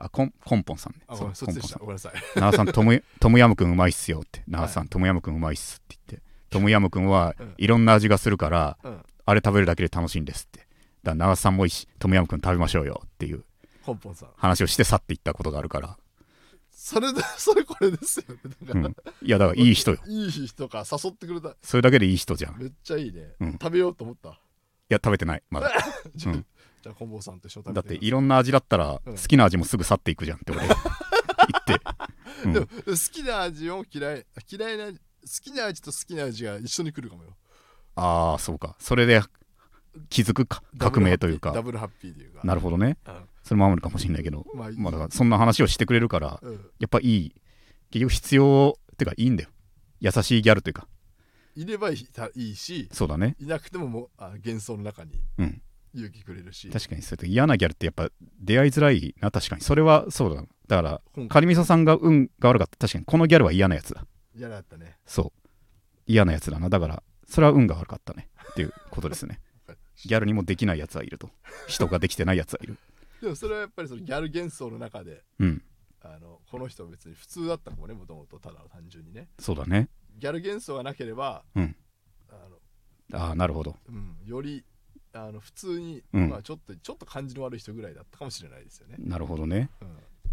Speaker 1: あコンコンポンさんね
Speaker 2: あごめん
Speaker 1: そ
Speaker 2: そう
Speaker 1: コ
Speaker 2: っち
Speaker 1: ン
Speaker 2: で
Speaker 1: ポン
Speaker 2: し
Speaker 1: さ
Speaker 2: た
Speaker 1: ん
Speaker 2: ごめんなさい
Speaker 1: 長田さんトム トムヤムくんうまいっすよって長田さん、トムヤムくんうまいっすって言ってトムヤムくんは
Speaker 2: うん
Speaker 1: いろんな味がするから、
Speaker 2: うん
Speaker 1: あれ食べるだけで楽しいんですってだから長田さんもいいしトムヤムくん食べましょうよっていう
Speaker 2: コンポンさん
Speaker 1: 話をして去っていったことがあるから、
Speaker 2: それで それこれですよねだ
Speaker 1: う
Speaker 2: か
Speaker 1: ん、いやだからいい人よ
Speaker 2: らいい人か誘ってくれた
Speaker 1: それだけでいい人じゃんい
Speaker 2: めっちゃいいね
Speaker 1: うん
Speaker 2: 食べようと思った
Speaker 1: や食べてないまだ
Speaker 2: じゃあ
Speaker 1: うん
Speaker 2: じゃあコンボさんと一緒に食
Speaker 1: だ
Speaker 2: べ
Speaker 1: って
Speaker 2: て
Speaker 1: いろんな味だったら
Speaker 2: う
Speaker 1: 好
Speaker 2: ん
Speaker 1: きな味もすぐ去っていくじゃんって俺 言って、うん
Speaker 2: でも好きな味を嫌いあ嫌いな味好きな味と好きな味が一緒に来るかもよ
Speaker 1: ああそうかそれで気づくか革命という
Speaker 2: ダ
Speaker 1: か
Speaker 2: ブルハッピーダブルハッピーというか
Speaker 1: なるほどね
Speaker 2: うん
Speaker 1: それもあるかもしれないけど、
Speaker 2: まあいい
Speaker 1: まあ、だからそんな話をしてくれるから
Speaker 2: うん
Speaker 1: やっぱいい結局必要っていうかいいんだよ優しいギャルというか
Speaker 2: いればいいたいいし
Speaker 1: そうだね
Speaker 2: いなくてももうあ幻想の中に
Speaker 1: うん
Speaker 2: 勇気くれるし
Speaker 1: 確かにそれと嫌なギャルってやっぱ出会いづらいな確かにそれはそうだなだから
Speaker 2: 今回
Speaker 1: カリミソさんが運が悪かった確かにこのギャルは嫌なやつだ
Speaker 2: 嫌だったね
Speaker 1: そう嫌なやつだなだからそれは運が悪かったねっていうことですねギャルにもできないやつはいると人ができてないやつはいる
Speaker 2: でもそれはやっぱりそのギャル幻想の中で
Speaker 1: うん
Speaker 2: あのこの人は別に普通だったかもねもともとただ単純にね
Speaker 1: そうだね
Speaker 2: ギャル幻想がなければ
Speaker 1: うん
Speaker 2: あの、
Speaker 1: ああなるほど
Speaker 2: うん、よりあの普通に、
Speaker 1: うん
Speaker 2: まあ、ちょっとちょっと感じの悪い人ぐらいだったかもしれないですよね、
Speaker 1: なるほどね
Speaker 2: うん、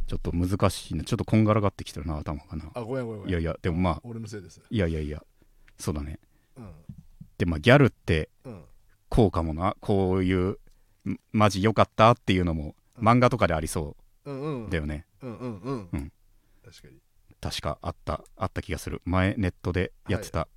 Speaker 1: ちょっと難しいなちょっとこんがらがってきてるな頭がな
Speaker 2: あごめんごめんごめん
Speaker 1: いやいやでもまあ
Speaker 2: 俺のせいです
Speaker 1: いやいやいやそうだね
Speaker 2: うん
Speaker 1: でまあギャルって
Speaker 2: うん
Speaker 1: こうかもなこういうんマジ良かったっていうのも漫画とかでありそ
Speaker 2: うんう
Speaker 1: うんだよね、
Speaker 2: うんうんうん、
Speaker 1: うん
Speaker 2: 確かに
Speaker 1: 確かあったあった気がする前ネットでやってた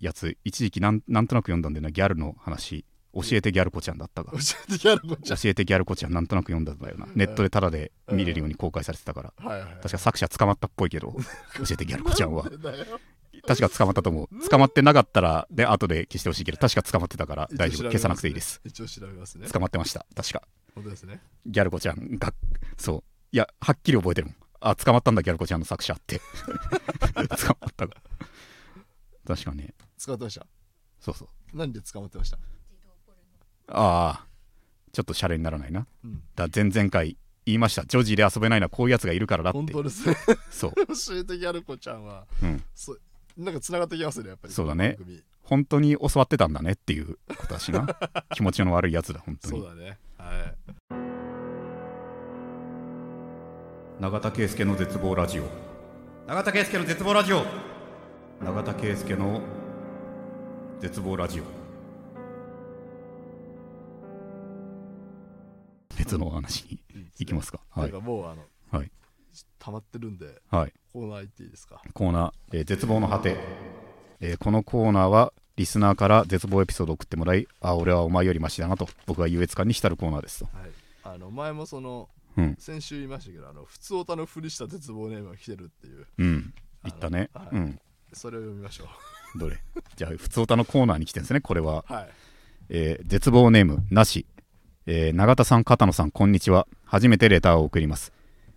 Speaker 1: やつ、一時期なんなんとなく読んだんだよなギャルの話教えてギャル子ちゃんだったが
Speaker 2: 教えてやるこっち
Speaker 1: 教
Speaker 2: ゃ
Speaker 1: えてギャル子ちゃんなんとなく読んだんだよなネットでタダで見れるように公開されてたから
Speaker 2: はいはい
Speaker 1: 確か作者捕まったっぽいけ ど教えてギャル子ちゃんは
Speaker 2: なんでだよ
Speaker 1: 確か捕まったと思う捕まってなかったらで後で消してほしいけど確か捕まってたから大丈夫
Speaker 2: 一応調べますね
Speaker 1: 消さなくていいです
Speaker 2: 一応調べますね
Speaker 1: 捕まってました確か
Speaker 2: 本当ですね
Speaker 1: ギャル子ちゃんがそういやはっきり覚えてるもんあ捕まったんだギャル子ちゃんの作者って 捕まったが確かね
Speaker 2: 捕まってました
Speaker 1: そうそう
Speaker 2: 何で捕まってました
Speaker 1: ああちょっとシャレにならないな
Speaker 2: うん
Speaker 1: だ前々回言いましたジョージで遊べないのはこういうやつがいるからだっ
Speaker 2: 本
Speaker 1: て
Speaker 2: 当ですね
Speaker 1: そう
Speaker 2: 教えてギャル子ちゃんは、
Speaker 1: うん
Speaker 2: そなんか繋がってきますねやっぱり
Speaker 1: そうだね
Speaker 2: この番組
Speaker 1: 本当に教わってたんだねっていうことだし な気持ちの悪いやつだ本当
Speaker 2: そ
Speaker 1: に
Speaker 2: うだねはい
Speaker 1: 永田圭介の絶望ラジオ永田圭介の絶望ラジオ永田圭介の絶望ラジオ別のお話に行きますか は
Speaker 2: なん
Speaker 1: い
Speaker 2: かもうあの、
Speaker 1: はい
Speaker 2: 溜まってるんで
Speaker 1: はい
Speaker 2: コーナー行っていいですか
Speaker 1: コーナー、えー絶望の果て」えーこのコーナーはリスナーから絶望エピソードを送ってもらいあ俺はお前よりマシだなと僕は優越感に浸るコーナーですと
Speaker 2: はいあの前もその
Speaker 1: うん
Speaker 2: 先週言いましたけどあの普通オタのふりした絶望ネームが来てるっていう
Speaker 1: うん言ったね
Speaker 2: あのはい
Speaker 1: うん
Speaker 2: それを読みましょう
Speaker 1: どれ じゃあ普通歌のコーナーに来てるんですねこれは
Speaker 2: はい
Speaker 1: えー絶望ネームなし、えー永田さん片野さんこんにちは初めてレターを送ります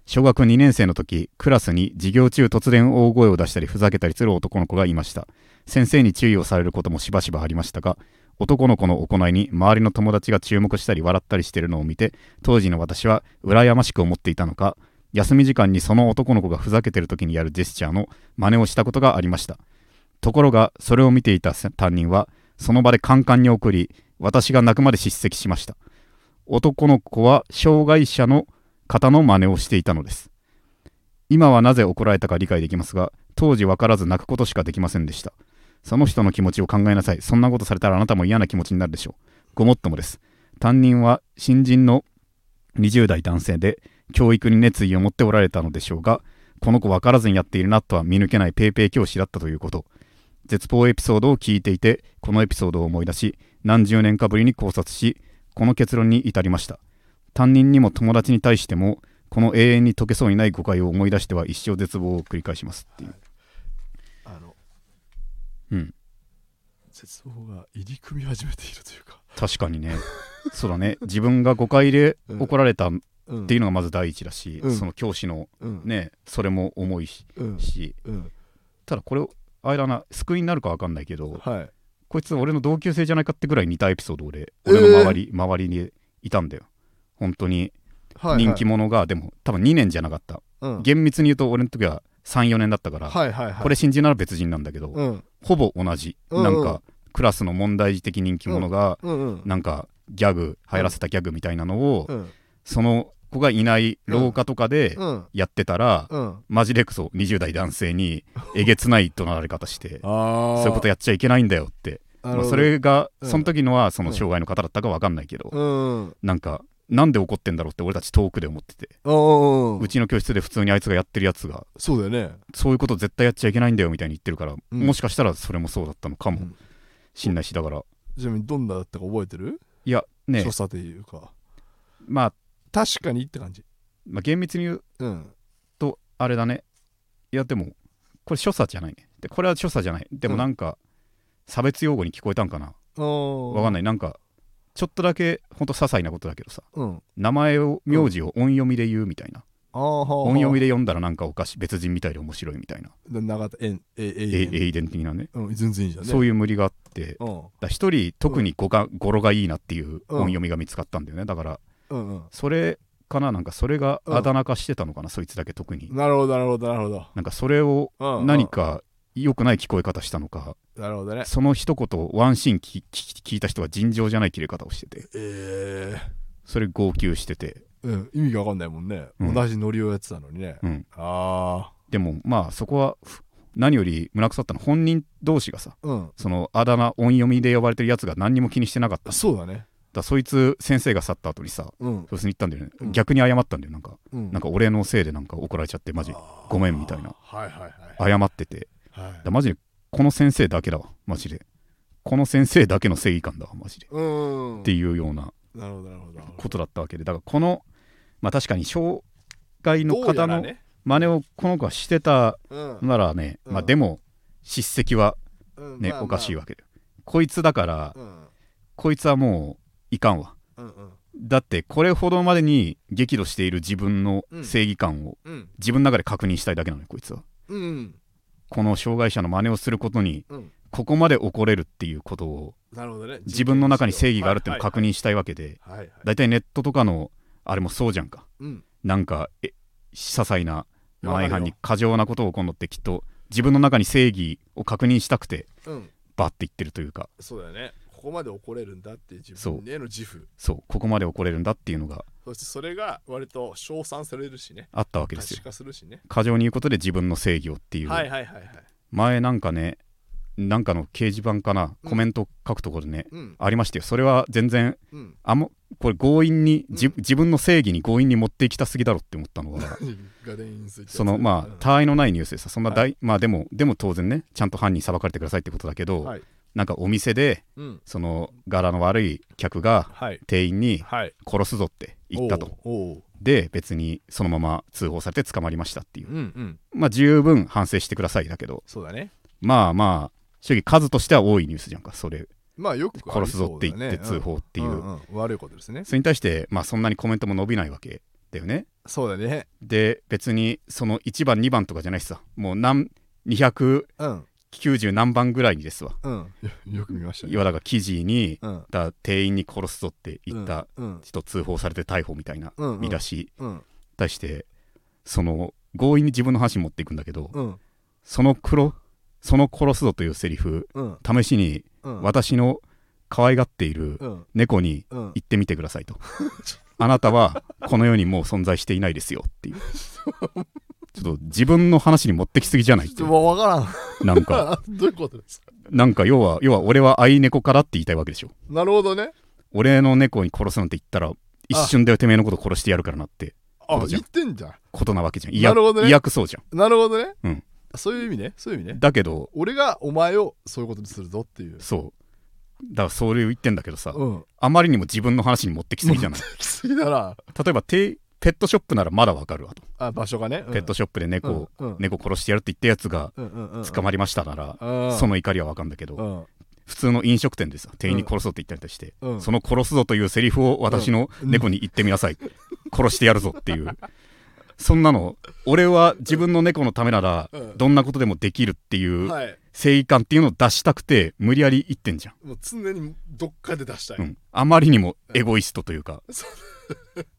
Speaker 1: 小学2年生の時クラスに授業中突然大声を出したりふざけたりする男の子がいました先生に注意をされることもしばしばありましたが男の子の行いに周りの友達が注目したり笑ったりしているのを見て当時の私は羨ましく思っていたのか休み時間にその男の子がふざけてる時にやるジェスチャーの真似をしたことがありましたところがそれを見ていた担任はその場でカンカンに送り私が泣くまで叱責しました男の子は障害者の方の真似をしていたのです今はなぜ怒られたか理解できますが当時分からず泣くことしかできませんでしたその人の気持ちを考えなさいそんなことされたらあなたも嫌な気持ちになるでしょうごもっともです担任は新人の20代男性で教育に熱意を持っておられたのでしょうがこの子分からずにやっているなとは見抜けないペーペー教師だったということ絶望エピソードを聞いていてこのエピソードを思い出し何十年かぶりに考察しこの結論に至りました担任にも友達に対してもこの永遠に解けそうにない誤解を思い出しては一生絶望を繰り返しますっていう、
Speaker 2: あの
Speaker 1: うん
Speaker 2: 絶望が入り組み始めているというか、
Speaker 1: 確かにねそうだ ね自分が誤解で怒られたっ
Speaker 2: うん、
Speaker 1: ていうのがまず第一だし、
Speaker 2: うん
Speaker 1: その教師の
Speaker 2: うん
Speaker 1: ねそれも重いし
Speaker 2: うんうん
Speaker 1: ただこれあれだな救いになるか分かんないけど
Speaker 2: はい
Speaker 1: こいつ俺の同級生じゃないかってぐらい似たエピソード俺俺の周り、周りにいたんだよ本当に
Speaker 2: はい
Speaker 1: 人気者が、でも多分2年じゃなかった
Speaker 2: うん
Speaker 1: 厳密に言うと俺の時は34年だったから、
Speaker 2: はいはいはい
Speaker 1: これ新人なら別人なんだけど、
Speaker 2: うん
Speaker 1: ほぼ同じ、
Speaker 2: うんうん
Speaker 1: なんかクラスの問題児的人気者が、
Speaker 2: うんうん
Speaker 1: なんかギャグ流行らせたギャグみたいなのを、
Speaker 2: うん
Speaker 1: その子がいない廊下とかで
Speaker 2: うん
Speaker 1: やってたら、
Speaker 2: うん
Speaker 1: マジでクソ20代男性にえげつない怒鳴られ方して
Speaker 2: ああ
Speaker 1: そういうことやっちゃいけないんだよって
Speaker 2: と
Speaker 1: まあ、それが、
Speaker 2: うん
Speaker 1: その時のはそうの
Speaker 2: ん
Speaker 1: 障害の方だったか分かんないけど、
Speaker 2: うん
Speaker 1: なんかなんで怒ってんだろうって俺たち遠くで思ってて、
Speaker 2: うんうん
Speaker 1: うちの教室で普通にあいつがやってるやつが
Speaker 2: そうだよね
Speaker 1: そういうこと絶対やっちゃいけないんだよみたいに言ってるから、
Speaker 2: うん
Speaker 1: もしかしたらそれもそうだったのか
Speaker 2: う
Speaker 1: も
Speaker 2: ん
Speaker 1: しんないしだから
Speaker 2: ちなみにどんなだったか覚えてる
Speaker 1: いやね
Speaker 2: 所作というか
Speaker 1: まあ、
Speaker 2: 確かにって感じ
Speaker 1: まあ厳密に言う
Speaker 2: うん
Speaker 1: とあれだねいやでもこれ所作じゃないねでこれは所作じゃないでもなんか、差別用語に聞こえたんかな
Speaker 2: わ
Speaker 1: 分かんないなんかちょっとだけほんと些細なことだけどさ
Speaker 2: うん
Speaker 1: 名前を名字を音読みで言うみたいな、
Speaker 2: あーはーは
Speaker 1: 音読みで
Speaker 2: で
Speaker 1: 読んだらなんかおかしい別人みたいで面白いみたいな、
Speaker 2: 長田えんええ
Speaker 1: え
Speaker 2: ええ
Speaker 1: エイデン的なね
Speaker 2: うん全然いいじゃんね
Speaker 1: そう
Speaker 2: い
Speaker 1: いう無理があってだか
Speaker 2: うん
Speaker 1: ら一人特に語が語呂がいいなっていう音読みが見つかったんだよねだから
Speaker 2: うん
Speaker 1: それかななんかそれが
Speaker 2: うん
Speaker 1: あだ名化してたのかなそいつだけ特に
Speaker 2: うんなるほどなるほどなるほど
Speaker 1: なんかそれを
Speaker 2: うんうん
Speaker 1: 何か良くない聞こえ方したのか
Speaker 2: なるほどね
Speaker 1: その一言をワンシーン聞聞聞いた人は尋常じゃない切れ方をしてて
Speaker 2: ええ
Speaker 1: それ号泣してて
Speaker 2: うん、意味が分かんないもんね、
Speaker 1: うん
Speaker 2: 同じノリをやってたのにね、
Speaker 1: うん
Speaker 2: ああ
Speaker 1: でもまあそこはふ何より胸腐ったの本人同士がさ
Speaker 2: うん
Speaker 1: そのあだ名音読みで呼ばれてるやつが何にも気にしてなかっただか
Speaker 2: そうだね
Speaker 1: らそいつ先生が去った後にさ
Speaker 2: うん
Speaker 1: 教室に行ったんだよね、
Speaker 2: うん
Speaker 1: 逆に謝ったんだよなんか
Speaker 2: うん
Speaker 1: なんか俺のせいでなんか怒られちゃってマジ
Speaker 2: あー
Speaker 1: ごめんみたいな
Speaker 2: はいはいはい
Speaker 1: 謝ってて
Speaker 2: はい、
Speaker 1: だマジでこの先生だけだわマジでこの先生だけの正義感だわマジで
Speaker 2: うーん
Speaker 1: っていうような
Speaker 2: なるほどなるほどなるほ
Speaker 1: ことだったわけでだからこのまあ確かに障害の
Speaker 2: どどうや
Speaker 1: 方
Speaker 2: ら
Speaker 1: の
Speaker 2: ね
Speaker 1: 真似をこの子はしてた
Speaker 2: うん
Speaker 1: ならね、まあ
Speaker 2: うん
Speaker 1: でも叱責は
Speaker 2: うん
Speaker 1: ね、
Speaker 2: まあまあ
Speaker 1: おかしいわけだよこいつだから、
Speaker 2: うん
Speaker 1: こいつはもういかんわ
Speaker 2: うんうん
Speaker 1: だってこれほどまでに激怒している自分の正義感を
Speaker 2: うん
Speaker 1: 自分の中で確認したいだけなのよこいつは
Speaker 2: うん
Speaker 1: この障害者の真似をすることに
Speaker 2: うん
Speaker 1: ここまで怒れるっていうことを
Speaker 2: なるほどね
Speaker 1: 自分の中に正義があるっていうのを確認したいわけで
Speaker 2: はいはいはい
Speaker 1: 大体ネットとかのあれもそうじゃんか
Speaker 2: うん
Speaker 1: なんかえ些細なマナー違反
Speaker 2: い
Speaker 1: に
Speaker 2: や
Speaker 1: 過剰なことを起こるのってきっと自分の中に正義を確認したくて
Speaker 2: うん
Speaker 1: バッて言ってるというか
Speaker 2: そうだよねここまで怒れるんだっていう自分への自負
Speaker 1: そうここまで怒れるんだっていうのが
Speaker 2: そしてそれが割と称賛されるしね
Speaker 1: あったわけ
Speaker 2: 可
Speaker 1: です
Speaker 2: 視
Speaker 1: よ
Speaker 2: 化するしね
Speaker 1: 過剰に言うことで自分の正義をっていう、
Speaker 2: はいはいはいはい
Speaker 1: 前なんかねなんかの掲示板かな
Speaker 2: うん
Speaker 1: コメント書くところでね、
Speaker 2: うん
Speaker 1: ありましたよそれは全然
Speaker 2: うん
Speaker 1: あんまこれ強引にじ、
Speaker 2: うん
Speaker 1: 自分の正義に強引に持っていきたすぎだろって思ったの が
Speaker 2: ガデンスイッチ
Speaker 1: そのまあ
Speaker 2: うん
Speaker 1: 他愛のないニュースでさそんな大、
Speaker 2: は
Speaker 1: まあでもでも当然ねちゃんと犯人裁かれてくださいってことだけど、
Speaker 2: はい
Speaker 1: なんかお店で
Speaker 2: うん
Speaker 1: その柄の悪い客が
Speaker 2: はい
Speaker 1: 店員に
Speaker 2: はい
Speaker 1: 殺すぞって言ったと
Speaker 2: おうおう
Speaker 1: で別にそのまま通報されて捕まりましたっていう
Speaker 2: うんうん
Speaker 1: まあ十分反省してくださいだけど
Speaker 2: そうだね
Speaker 1: まあまあ正直数としては多いニュースじゃんかそれ
Speaker 2: まあよくあ
Speaker 1: 殺
Speaker 2: り
Speaker 1: す
Speaker 2: そうだ
Speaker 1: ぞって言って
Speaker 2: ね
Speaker 1: 通報っていう、
Speaker 2: んんん悪いことですね
Speaker 1: それに対してまあそんなにコメントも伸びないわけだよね
Speaker 2: そうだね
Speaker 1: で別にその1番2番とかじゃないしさもう何290
Speaker 2: うん
Speaker 1: 何番ぐらいにですわ
Speaker 2: うんよよく見ました
Speaker 1: い
Speaker 2: ね
Speaker 1: わだから記事に
Speaker 2: うん
Speaker 1: だ店員に殺すぞって言った
Speaker 2: うん
Speaker 1: 人通報されて逮捕みたいな
Speaker 2: うんうん
Speaker 1: 見出しに
Speaker 2: うん
Speaker 1: 対してその強引に自分の話持っていくんだけど
Speaker 2: うん
Speaker 1: その黒その殺すぞというセリフ
Speaker 2: うん
Speaker 1: 試しに
Speaker 2: うん
Speaker 1: 私の可愛がっている
Speaker 2: うん
Speaker 1: 猫に
Speaker 2: うん
Speaker 1: 行ってみてくださいとあなたはこの世にもう存在していないですよっていうちょっと自分の話に持ってきすぎじゃないっ
Speaker 2: ち
Speaker 1: て
Speaker 2: ょ
Speaker 1: い
Speaker 2: っ
Speaker 1: う
Speaker 2: とわからん
Speaker 1: なんか
Speaker 2: どういうことですか
Speaker 1: なんか要は要は俺は愛猫からって言いたいわけでしょ
Speaker 2: なるほどね
Speaker 1: 俺の猫に殺すなんて言ったら一瞬だよてめえのこと殺してやるからなって
Speaker 2: あ
Speaker 1: そうじゃ
Speaker 2: 言
Speaker 1: ん
Speaker 2: ってんじゃ
Speaker 1: ことなわけじゃん
Speaker 2: なるほどね
Speaker 1: 威訳そうじゃ
Speaker 2: んなるほどね
Speaker 1: うん
Speaker 2: そういう意味ねそういう意味
Speaker 1: ん
Speaker 2: ね
Speaker 1: だけど
Speaker 2: 俺がお前をそういうことにするぞっていう
Speaker 1: そうだからそれを言ってんだけどさ
Speaker 2: うん
Speaker 1: あまりにも自分の話に持ってきすぎじゃ ない
Speaker 2: きすぎだな
Speaker 1: 例えばてペットショップならまだわかるわと、
Speaker 2: あ場所がね
Speaker 1: ペットショップで猫を、
Speaker 2: うんうん
Speaker 1: 猫殺してやるって言ったやつが捕
Speaker 2: 捕
Speaker 1: まりましたなら、
Speaker 2: ま
Speaker 1: その怒りはわかるんだけど、
Speaker 2: うん
Speaker 1: 普通の飲食店でさ店員に殺そうって言ったりとして、
Speaker 2: うん
Speaker 1: その殺すぞというセリフを私の猫に言ってみなさい、殺してやるぞっていうそんなの俺は自分の猫のためなら、
Speaker 2: うん
Speaker 1: どんなことでもできるっていう
Speaker 2: はい
Speaker 1: 正義感っていうのを出したくて無理やり言ってんじゃん、
Speaker 2: もう常にどっかで出したい、
Speaker 1: うん、あまりにもエゴイストという か、
Speaker 2: そ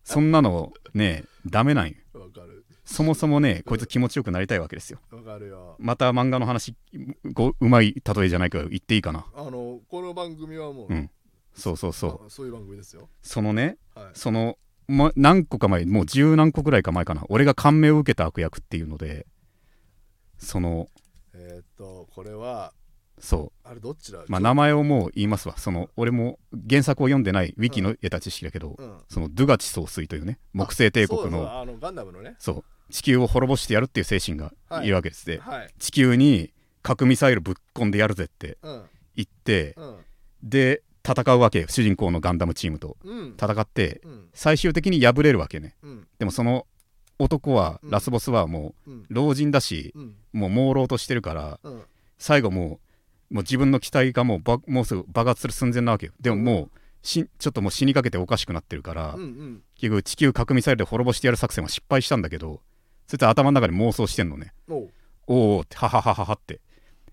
Speaker 1: そんなのねダメなんよ
Speaker 2: わかる
Speaker 1: そもそもねこいつ気持ちよくなりたいわけですよ
Speaker 2: わかるよ
Speaker 1: また漫画の話ごうまい例えじゃないから言っていいかな
Speaker 2: あのこの番組はも
Speaker 1: う
Speaker 2: う、
Speaker 1: んそうそうそう
Speaker 2: うそういう番組ですよ
Speaker 1: そのね
Speaker 2: はい
Speaker 1: その、ま、何個か前もう十何個くらいか前かな俺が感銘を受けた悪役っていうのでその
Speaker 2: えーっとこれは
Speaker 1: そ
Speaker 2: あれどっちだ
Speaker 1: う、まあ、名前をもう言いますわその俺も原作を読んでないウィキの得た知識だけど、
Speaker 2: うん
Speaker 1: そのドゥガチ総帥というね木星帝
Speaker 2: そ
Speaker 1: 国
Speaker 2: うそう
Speaker 1: の
Speaker 2: あのガンダムのね
Speaker 1: そう地球を滅ぼしてやるっていう精神が
Speaker 2: はい
Speaker 1: いるわけですで、
Speaker 2: はい
Speaker 1: 地球に核ミサイルぶっ込んでやるぜって
Speaker 2: うん
Speaker 1: 言って
Speaker 2: うん
Speaker 1: で戦うわけよ主人公のガンダムチームと
Speaker 2: うん
Speaker 1: 戦って
Speaker 2: うん
Speaker 1: 最終的に敗れるわけね
Speaker 2: うん
Speaker 1: でもその男は、
Speaker 2: うん
Speaker 1: ラスボスはも
Speaker 2: うん
Speaker 1: う老人だし
Speaker 2: うん
Speaker 1: もう朦朧としてるから
Speaker 2: うん
Speaker 1: 最後もうもう自分の期待がもうばもうすぐ爆発する寸前なわけよでももうしちょっともう死にかけておかしくなってるから、
Speaker 2: うんうん
Speaker 1: 結局地球核ミサイルで滅ぼしてやる作戦は失敗したんだけどそいつは頭の中で妄想してんのね
Speaker 2: おう
Speaker 1: おーおーってはははははって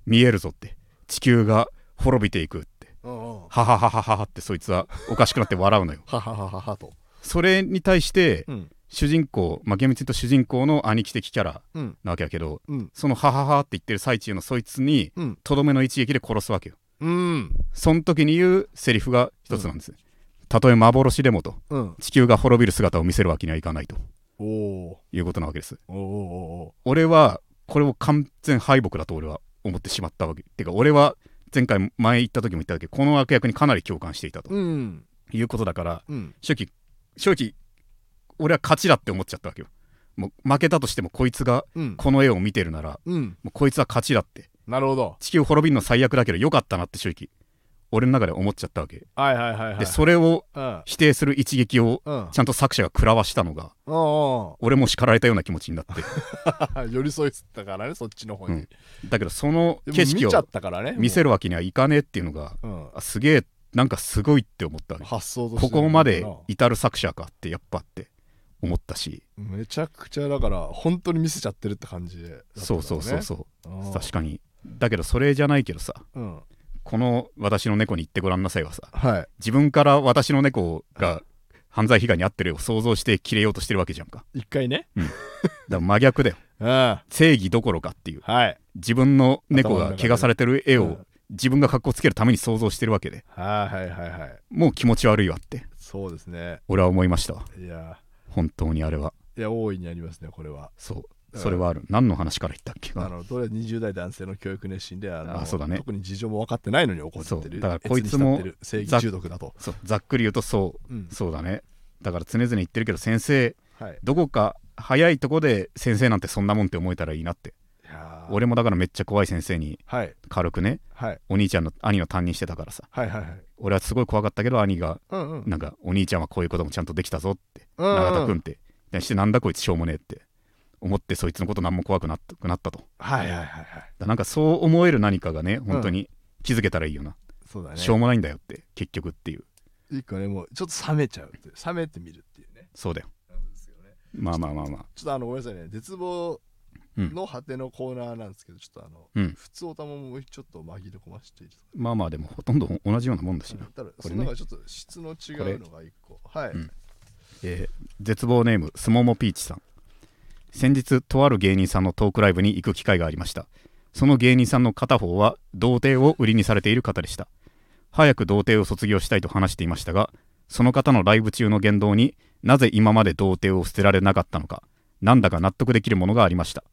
Speaker 1: 見えるぞって地球が滅びていくって
Speaker 2: うんうん
Speaker 1: ははははははってそいつはおかしくなって笑うのよ
Speaker 2: はははははと
Speaker 1: それに対して
Speaker 2: うん
Speaker 1: 主人公、まあ、厳密に言うと主人公の兄貴的キャラ
Speaker 2: うん
Speaker 1: なわけだけど
Speaker 2: うん
Speaker 1: その「ははは」って言ってる最中のそいつに
Speaker 2: うん
Speaker 1: とどめの一撃で殺すわけよ
Speaker 2: うん
Speaker 1: その時に言うセリフが一つなんです、たとえ幻でもと
Speaker 2: うん
Speaker 1: 地球が滅びる姿を見せるわけにはいかないと
Speaker 2: おお
Speaker 1: いうことなわけです
Speaker 2: おおお
Speaker 1: 俺はこれも完全敗北だと俺は思ってしまったわけてか俺は前回前行った時も言ったけどこの悪役にかなり共感していたと
Speaker 2: うん
Speaker 1: いうことだから
Speaker 2: うん
Speaker 1: 正直正直俺は勝ちだって思っちゃったわけよもう負けたとしてもこいつが
Speaker 2: うん
Speaker 1: この絵を見てるなら
Speaker 2: うん
Speaker 1: もうこいつは勝ちだって
Speaker 2: なるほど
Speaker 1: 地球滅びるの最悪だけどよかったなって正直俺の中で思っちゃったわけ
Speaker 2: はいはいはいはい
Speaker 1: でそれを
Speaker 2: うん
Speaker 1: 否定する一撃を
Speaker 2: うん
Speaker 1: ちゃんと作者が食らわしたのが
Speaker 2: お
Speaker 1: 俺も叱られたような気持ちにな って
Speaker 2: うんうん寄り添いつったからねそっちの方に、
Speaker 1: うんだけどその
Speaker 2: でも
Speaker 1: 景色
Speaker 2: 見ちゃ
Speaker 1: を
Speaker 2: ったからね
Speaker 1: 見せ
Speaker 2: る、
Speaker 1: るわけにはいかねえっていうのが
Speaker 2: うん、
Speaker 1: あすげえなんかすごいって思ったわけ
Speaker 2: 発想として
Speaker 1: ここまで
Speaker 2: な
Speaker 1: 至る作者かってやっぱって思ったし
Speaker 2: めちゃくちゃだから本当に見せちゃってるって感じで、
Speaker 1: そうそうそうそううん確かにだけどそれじゃないけどさ
Speaker 2: うん
Speaker 1: この私の猫に言ってごらんなさいはさ
Speaker 2: はい
Speaker 1: 自分から私の猫が犯罪被害に遭ってるを想像して切れようとしてるわけじゃんか
Speaker 2: 一回ね
Speaker 1: だから真逆だよ
Speaker 2: うんは
Speaker 1: 正義どころかっていう
Speaker 2: い
Speaker 1: 自分の猫
Speaker 2: 頭の中
Speaker 1: が
Speaker 2: で
Speaker 1: 怪我されてる絵
Speaker 2: う
Speaker 1: を
Speaker 2: ん
Speaker 1: 自分が格好つけるために想像してるわけで
Speaker 2: はいはいはいはい
Speaker 1: もう気持ち悪いわって
Speaker 2: そうですね
Speaker 1: 俺は思いましたわ
Speaker 2: いや
Speaker 1: 本当にあれはい
Speaker 2: や大いにありますねこれは
Speaker 1: そう
Speaker 2: うん
Speaker 1: それはある何の話から言ったっけ
Speaker 2: あのどれ20代男性の教育熱心であの
Speaker 1: あそうだね
Speaker 2: 特に事情も分かってないのに怒って
Speaker 1: そ
Speaker 2: る
Speaker 1: うだからこいつも
Speaker 2: 越に浸ってる正義中毒だと、
Speaker 1: そうざっくり言うとそう
Speaker 2: うん
Speaker 1: そうだねだから常々言ってるけど先生
Speaker 2: はい、
Speaker 1: どこか早いとこで先生なんてそんなもんって思えたらいいなって
Speaker 2: いやー
Speaker 1: 俺もだからめっちゃ怖い先生に
Speaker 2: はい
Speaker 1: 軽くね
Speaker 2: はい
Speaker 1: お兄ちゃんの兄の担任してたからさ
Speaker 2: はいはいはい
Speaker 1: 俺はすごい怖かったけど兄が
Speaker 2: うんうん
Speaker 1: なんかお兄ちゃんはこういうこともちゃんとできたぞって
Speaker 2: うんうん
Speaker 1: 永田君ってでしてなんだこいつしょうもねえって思ってそいつのこと何も怖くなったくなったとだか
Speaker 2: はいはいはいはい
Speaker 1: らなんかそう思える何かがね本当に気づけたらいいよな、
Speaker 2: そうだね
Speaker 1: しょうもないんだよって結局っていう
Speaker 2: 一個ねもうちょっと冷めちゃうっていう冷めてみるっていうね
Speaker 1: そうだよ
Speaker 2: なんですよね
Speaker 1: まあまあまあまあ
Speaker 2: ちょっとあのごめんなさいね絶望
Speaker 1: うん
Speaker 2: の果てのコーナーなんですけど、ちょっとあの、
Speaker 1: うん
Speaker 2: 普通おたももうちょっと紛れ込ましていいですか、
Speaker 1: まあまあでもほとんど同じようなもんだしな、
Speaker 2: ただ
Speaker 1: こ
Speaker 2: そ
Speaker 1: れ
Speaker 2: の
Speaker 1: ね
Speaker 2: 中でちょっと質の違うのが一個はい、
Speaker 1: うんえー絶望ネームすももピーチさん先日とある芸人さんのトークライブに行く機会がありましたその芸人さんの片方は童貞を売りにされている方でした早く童貞を卒業したいと話していましたがその方のライブ中の言動になぜ今まで童貞を捨てられなかったのかなんだか納得できるものがありました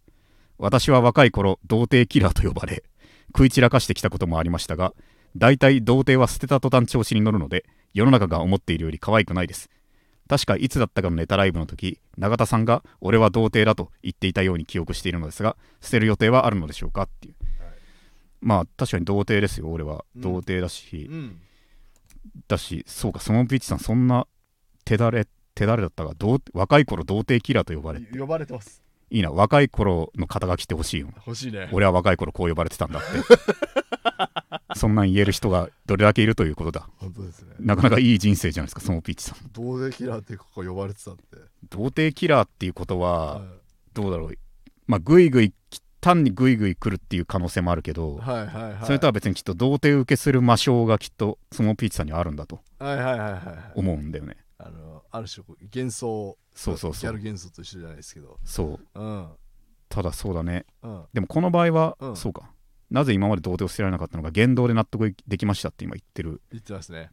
Speaker 1: 私は若い頃童貞キラーと呼ばれ食い散らかしてきたこともありましたが大体童貞は捨てた途端調子に乗るので世の中が思っているより可愛くないです確かいつだったかのネタライブの時永田さんが「俺は童貞だ」と言っていたように記憶しているのですが捨てる予定はあるのでしょうかっていう、
Speaker 2: はい
Speaker 1: まあ確かに童貞ですよ俺は
Speaker 2: うん
Speaker 1: 童貞だし、
Speaker 2: うん
Speaker 1: だしそうかそのピッチさんそんな手だれ手だれだったが童若い頃童貞キラーと呼ばれい
Speaker 2: 呼ばれてます
Speaker 1: いな若い頃の肩書きって欲しいよな
Speaker 2: 欲しいね
Speaker 1: 俺は若い頃こう呼ばれてたんだってそんなん言える人がどれだけいるということだ
Speaker 2: 本当ですね
Speaker 1: なかなかいい人生じゃないですかそのピッチさん
Speaker 2: どうでキラーってここ呼ばれてたって
Speaker 1: 童貞キラーっていうことは、
Speaker 2: は
Speaker 1: どうだろうまあグイグイ単にグイグイ来るっていう可能性もあるけど、
Speaker 2: いはいはいはい
Speaker 1: それとは別にきっと童貞受けする魔性がきっとそのピーチさんにはあるんだと
Speaker 2: はいはいはいはいはい
Speaker 1: 思うんだよね、
Speaker 2: あのある種こう幻想
Speaker 1: そうそうそ
Speaker 2: ギャル
Speaker 1: う
Speaker 2: 幻想と一緒じゃないですけど
Speaker 1: そう
Speaker 2: うん
Speaker 1: ただそうだね
Speaker 2: うん
Speaker 1: でもこの場合は、
Speaker 2: うん
Speaker 1: そうかなぜ今まで童貞を捨てられなかったのか言動で納得できましたって今言ってる、
Speaker 2: 言ってますね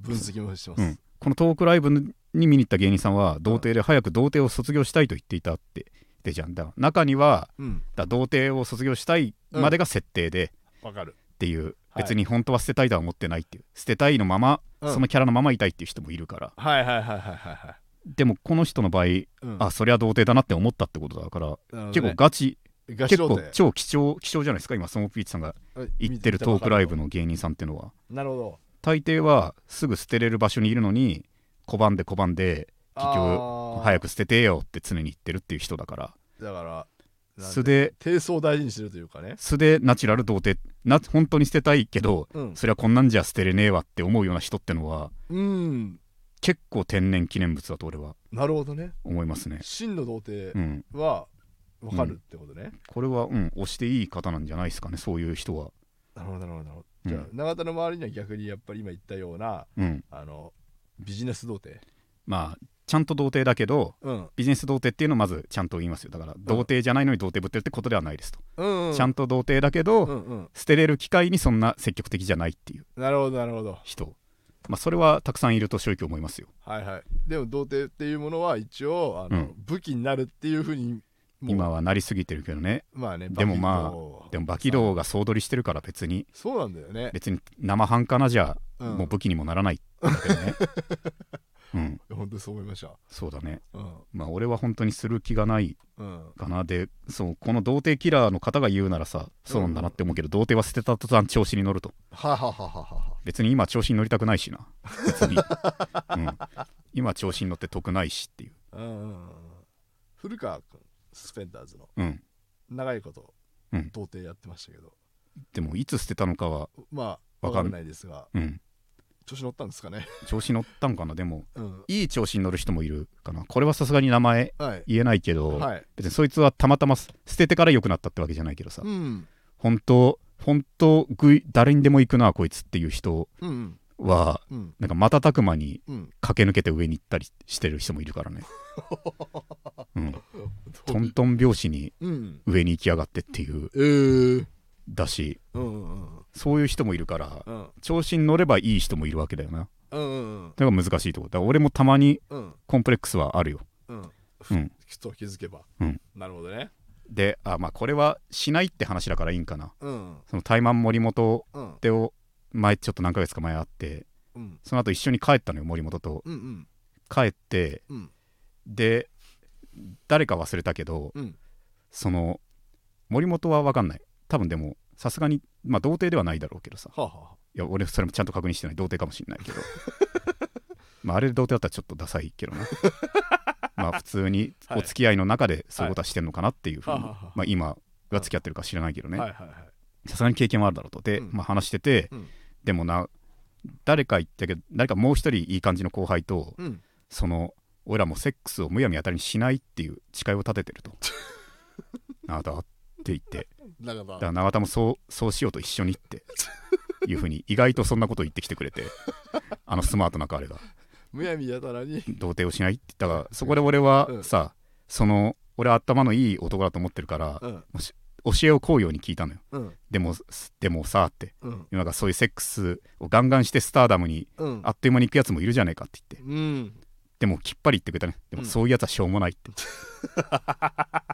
Speaker 2: 分析もしてま
Speaker 1: う
Speaker 2: す、
Speaker 1: ん、このトークライブに見に行った芸人さんは童貞で早く童貞を卒業したいと言っていたってでじゃんだから中には
Speaker 2: うん、
Speaker 1: だから童貞を卒業したいまでが設定で、
Speaker 2: わかる
Speaker 1: っていう
Speaker 2: はい
Speaker 1: 別に本当は捨てたいとは思ってないっていう捨てたいのまま、
Speaker 2: うん
Speaker 1: そのキャラのままいたいっていう人もいるから
Speaker 2: はいはいはいはいはいはい
Speaker 1: でもこの人の場合、
Speaker 2: うん
Speaker 1: あそりゃ童貞だなって思ったってことだから、
Speaker 2: なるほど
Speaker 1: 結構
Speaker 2: ね
Speaker 1: ガチ
Speaker 2: ガ
Speaker 1: 結
Speaker 2: チ童
Speaker 1: 構
Speaker 2: 貞
Speaker 1: 超貴重貴重じゃないですか今そのピーチさんが言ってるトークライブの芸人さんっていうのは
Speaker 2: なるほど
Speaker 1: 大抵はすぐ捨てれる場所にいるのに拒んで拒んで結局
Speaker 2: 局
Speaker 1: 早
Speaker 2: く
Speaker 1: く捨ててよって常に言ってるっていう人だから
Speaker 2: だからなんて
Speaker 1: 素で
Speaker 2: 低層を大事にしてるというかね
Speaker 1: 素でナチュラル童貞な本当に捨てたいけど
Speaker 2: うん、
Speaker 1: そりゃこんなんじゃ捨てれねえわって思うような人ってのは
Speaker 2: うん、
Speaker 1: 結構天然記念物だと俺は
Speaker 2: なるほどね
Speaker 1: 思いますね。
Speaker 2: 真の童
Speaker 1: う
Speaker 2: 貞
Speaker 1: ん、
Speaker 2: は分かるってことね、
Speaker 1: これは、うん、押していい方なんじゃないですかね、そういう人は。
Speaker 2: なるほどなるほどなるほ
Speaker 1: う
Speaker 2: ど
Speaker 1: ん
Speaker 2: じゃあ永田の周りには逆にやっぱり今言ったような
Speaker 1: うん、
Speaker 2: あのビジネス童貞
Speaker 1: まあ、ちゃんと童貞だけど、
Speaker 2: うん
Speaker 1: ビジネス童貞っていうのをまずちゃんと言いますよ。だから、童貞じゃないのに童貞ぶってるってことではないですと。
Speaker 2: うん、うん、
Speaker 1: ちゃんと童貞だけど、
Speaker 2: うんうん
Speaker 1: 捨てれる機会にそんな積極的じゃないっていう
Speaker 2: なるほどなるほど
Speaker 1: 人。まあ、それはたくさんいると正直思いますよ。
Speaker 2: はいはいでも童貞っていうものは一応あの、
Speaker 1: うん
Speaker 2: 武器になるっていうふうにもう
Speaker 1: 今はなりすぎてるけどね
Speaker 2: まあね
Speaker 1: でもまあ
Speaker 2: あ
Speaker 1: でもバキドーが総取りしてるから別に
Speaker 2: そうなんだよね、
Speaker 1: 別に生半可なじゃ
Speaker 2: うん、
Speaker 1: もう武器にもならないんだけどねうん
Speaker 2: 本当にそう思いました
Speaker 1: そうだね
Speaker 2: うん
Speaker 1: まあ俺は本当にする気がない
Speaker 2: うん
Speaker 1: かなでそうこの童貞キラーの方が言うならさそうなんだなって思うけど、童貞は捨てた途端調子に乗ると
Speaker 2: はははははは
Speaker 1: 別に今調子に乗りたくないしな別 に、うん、今調子に乗って得ないしっていう
Speaker 2: うんうんうん古川君スペンダーズの
Speaker 1: うん
Speaker 2: 長いこと
Speaker 1: うん
Speaker 2: 童貞やってましたけど、
Speaker 1: でもいつ捨てたのかは
Speaker 2: まあ
Speaker 1: わ
Speaker 2: わ
Speaker 1: かん
Speaker 2: かんないですが
Speaker 1: うん
Speaker 2: 調子乗ったんですかね
Speaker 1: 調子乗ったんかなでも
Speaker 2: うん
Speaker 1: いい調子に乗る人もいるかなこれはさすがに名前
Speaker 2: はい
Speaker 1: 言えないけど、
Speaker 2: はい
Speaker 1: 別にそいつはたまたま捨ててから良くなったってわけじゃないけどさ、
Speaker 2: うん
Speaker 1: 本当本当ぐい誰にでも行くなこいつっていう人
Speaker 2: うんうん
Speaker 1: は
Speaker 2: うん
Speaker 1: なんか瞬く間に
Speaker 2: うん
Speaker 1: 駆け抜けて上に行ったりしてる人もいるから ね、うん、トン
Speaker 2: ん
Speaker 1: トン拍子に
Speaker 2: うん
Speaker 1: 上に行きやがってっていう
Speaker 2: えー、
Speaker 1: だし
Speaker 2: うんうんうん
Speaker 1: そういう人もいるから
Speaker 2: うん
Speaker 1: 調子に乗ればいい人もいるわけだよな
Speaker 2: うんうん
Speaker 1: だから難しいとこだから俺もたまに
Speaker 2: うん
Speaker 1: コンプレックスはあるよ
Speaker 2: う
Speaker 1: う
Speaker 2: ん
Speaker 1: ん
Speaker 2: ふと気づけば、
Speaker 1: うん
Speaker 2: なるほどね
Speaker 1: であまあこれはしないって話だからいいんかな
Speaker 2: うん
Speaker 1: その怠慢森本
Speaker 2: うん
Speaker 1: 手を前ちょっと何ヶ月か前あって
Speaker 2: うん
Speaker 1: その後一緒に帰ったのよ森本と
Speaker 2: うんうん
Speaker 1: 帰って
Speaker 2: うん
Speaker 1: で誰か忘れたけど
Speaker 2: うん
Speaker 1: その森本は分かんない多分でもさすがにまあ童貞ではないだろうけどさ
Speaker 2: はあ、はい
Speaker 1: や俺それもちゃんと確認してない童貞かもしれないけど まああれで童貞だったらちょっとダサいけどなまあ普通に
Speaker 2: はい
Speaker 1: お付き合いの中でそういうことはしてんのかなっていうふうに、
Speaker 2: はいはあはあはあ
Speaker 1: まあ、今が付き合ってるか知らないけど
Speaker 2: あ
Speaker 1: ね
Speaker 2: はいはいはい
Speaker 1: さすがに経験はあるだろうとで、
Speaker 2: うん
Speaker 1: まあ、話してて、
Speaker 2: うん
Speaker 1: でもな誰か言ったけど誰かもう一人いい感じの後輩と、
Speaker 2: うん
Speaker 1: その俺らもセックスをむやみやたりにしないっていう誓いを立てて ると永田はって言って
Speaker 2: なるほ
Speaker 1: だか
Speaker 2: ど
Speaker 1: ら永田もそうそうしようと一緒にっていうふうに意外とそんなこと言ってきてくれてあのスマートな彼が
Speaker 2: むやみやたらに
Speaker 1: 童貞をしないってだからそこで俺は
Speaker 2: うん
Speaker 1: さ、その俺は頭のいい男だと思ってるから
Speaker 2: うん
Speaker 1: 教えをこうように聞いたのよ
Speaker 2: うん
Speaker 1: でもでもさって
Speaker 2: うん
Speaker 1: 今がそういうセックスをガンガンしてスターダムに
Speaker 2: うん
Speaker 1: あっという間に行くやつもいるじゃねえかって言って
Speaker 2: うん
Speaker 1: でもきっぱり言ってくれたね。でも
Speaker 2: うん
Speaker 1: そういうやつはしょうもない って。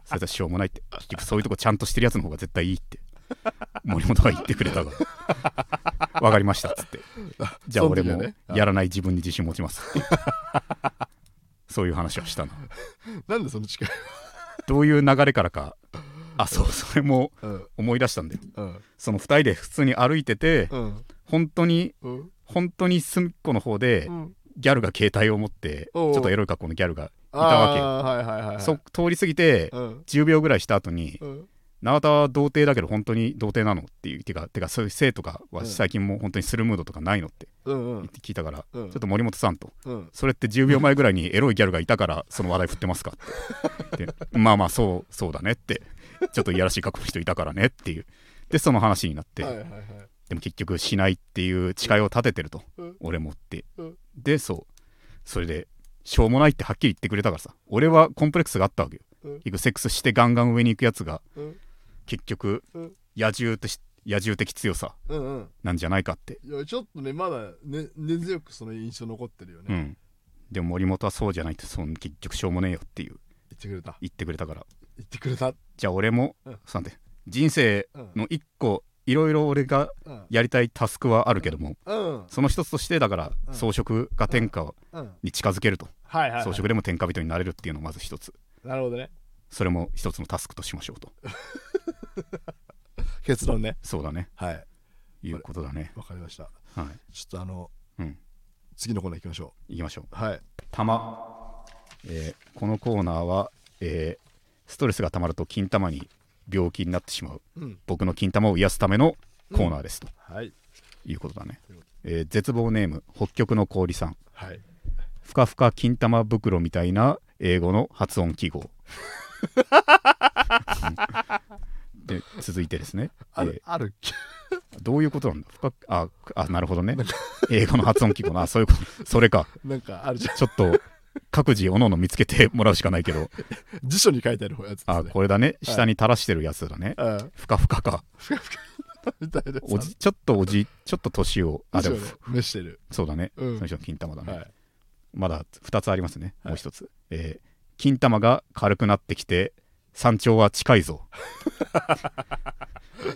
Speaker 1: それとはしょうもないって。結局そういうとこちゃんとしてるやつの方が絶対いいって。森本が言ってくれたから。わかりましたっつ って。じゃあ
Speaker 2: その
Speaker 1: 俺
Speaker 2: 時は
Speaker 1: も
Speaker 2: ね
Speaker 1: やらない自分に自信持ちますっていう。そういう話はしたな。
Speaker 2: なんでその誓い
Speaker 1: どういう流れからか。あ、そう、それも
Speaker 2: うん
Speaker 1: 思い出したんだよ。
Speaker 2: うん
Speaker 1: その2人で普通に歩いてて、
Speaker 2: うん
Speaker 1: 本当に、
Speaker 2: うん
Speaker 1: 本当に隅っこの方で
Speaker 2: う、ん
Speaker 1: ギャルが携帯を持って、ち
Speaker 2: おうお
Speaker 1: ょ
Speaker 2: う
Speaker 1: っとエロい格好のギャルがいたわけよ。
Speaker 2: あーはいはいはいはい
Speaker 1: そ通り過ぎて
Speaker 2: うん
Speaker 1: 10秒ぐらいした後に
Speaker 2: うん
Speaker 1: 「永田は童貞だけど本当に童貞なの?」っていうてかてかそういう生とか
Speaker 2: う
Speaker 1: は
Speaker 2: ん
Speaker 1: 最近もう本当にするムードとかないのって
Speaker 2: うんう
Speaker 1: 言っ
Speaker 2: ん
Speaker 1: て聞いたから、
Speaker 2: うん
Speaker 1: ちょっと森本さんと
Speaker 2: うん
Speaker 1: 「それって10秒前ぐらいにエロいギャルがいたからその話題振ってますか?」ってでまあまあそうそうだね」ってちょっといやらしい格好の人いたからねっていうでその話になって、
Speaker 2: はいはいはい
Speaker 1: でも結局しないっていう誓いを立ててると、
Speaker 2: うん
Speaker 1: 俺もって、
Speaker 2: うん
Speaker 1: でそうそれでしょうもないってはっきり言ってくれたからさ俺はコンプレックスがあったわけよ、
Speaker 2: うん
Speaker 1: 結局セックスしてガンガン上に行くやつが
Speaker 2: うん
Speaker 1: 結局、
Speaker 2: うん
Speaker 1: 野獣とし野獣的強さ
Speaker 2: うんうん
Speaker 1: なんじゃないかって、
Speaker 2: いやちょっとねまだね根強くその印象残ってるよね、
Speaker 1: う
Speaker 2: 言
Speaker 1: んでも森本はそうじゃないってその結局しょうもねえよっていう
Speaker 2: ってくれた
Speaker 1: 言ってくれたから
Speaker 2: 言ってくれた
Speaker 1: じゃあ俺も、
Speaker 2: うん
Speaker 1: そうなんで人生
Speaker 2: うん
Speaker 1: の一個いろいろ俺が
Speaker 2: うん
Speaker 1: やりたいタスクはあるけども
Speaker 2: うん
Speaker 1: その一つとしてだから
Speaker 2: うん
Speaker 1: 装飾が天下を
Speaker 2: うん
Speaker 1: に近づけると
Speaker 2: はいはい、
Speaker 1: 装
Speaker 2: は
Speaker 1: 飾でも天下人になれるっていうのをまず一つ
Speaker 2: い、なるほどね
Speaker 1: それも一つのタスクとしましょうと
Speaker 2: 結論ね
Speaker 1: そうだね
Speaker 2: はい
Speaker 1: いうことだね
Speaker 2: わかりました
Speaker 1: は
Speaker 2: ちょっとあの
Speaker 1: い、うん、
Speaker 2: 次のコーナー行きましょ
Speaker 1: いきましょう
Speaker 2: うはい
Speaker 1: 玉、えーこのコーナーは、えーストレスがたまると金玉に病気になってしまう
Speaker 2: うん
Speaker 1: 僕の金玉を癒すためのコーナーですと
Speaker 2: はい
Speaker 1: いうことだね
Speaker 2: というこ、
Speaker 1: えー絶望ネーム北極の氷さん
Speaker 2: はい
Speaker 1: ふかふか金玉袋みたいな英語の発音記号うんで続いてですね、え
Speaker 2: ある、
Speaker 1: ー
Speaker 2: ある
Speaker 1: どういうことなんだ深くああなるほどね英語の発音記号なそういうことそれか
Speaker 2: なんかあるじゃん
Speaker 1: ちょっと各自おのの見つけてもらうしかないけど
Speaker 2: 辞書に書いてあるやつです
Speaker 1: あ
Speaker 2: ね
Speaker 1: これだね
Speaker 2: はい
Speaker 1: 下に垂らしてるやつだね
Speaker 2: うん
Speaker 1: ふかふかか
Speaker 2: みたいな
Speaker 1: おじちょっとおじちょっと年をあでも
Speaker 2: 辞書ね召してる
Speaker 1: そうだね、
Speaker 2: うん
Speaker 1: その人の金玉だね、
Speaker 2: はい
Speaker 1: まだ2つありますね
Speaker 2: はい
Speaker 1: もう一つ、えー金玉が軽くなってきて山頂は近い ぞ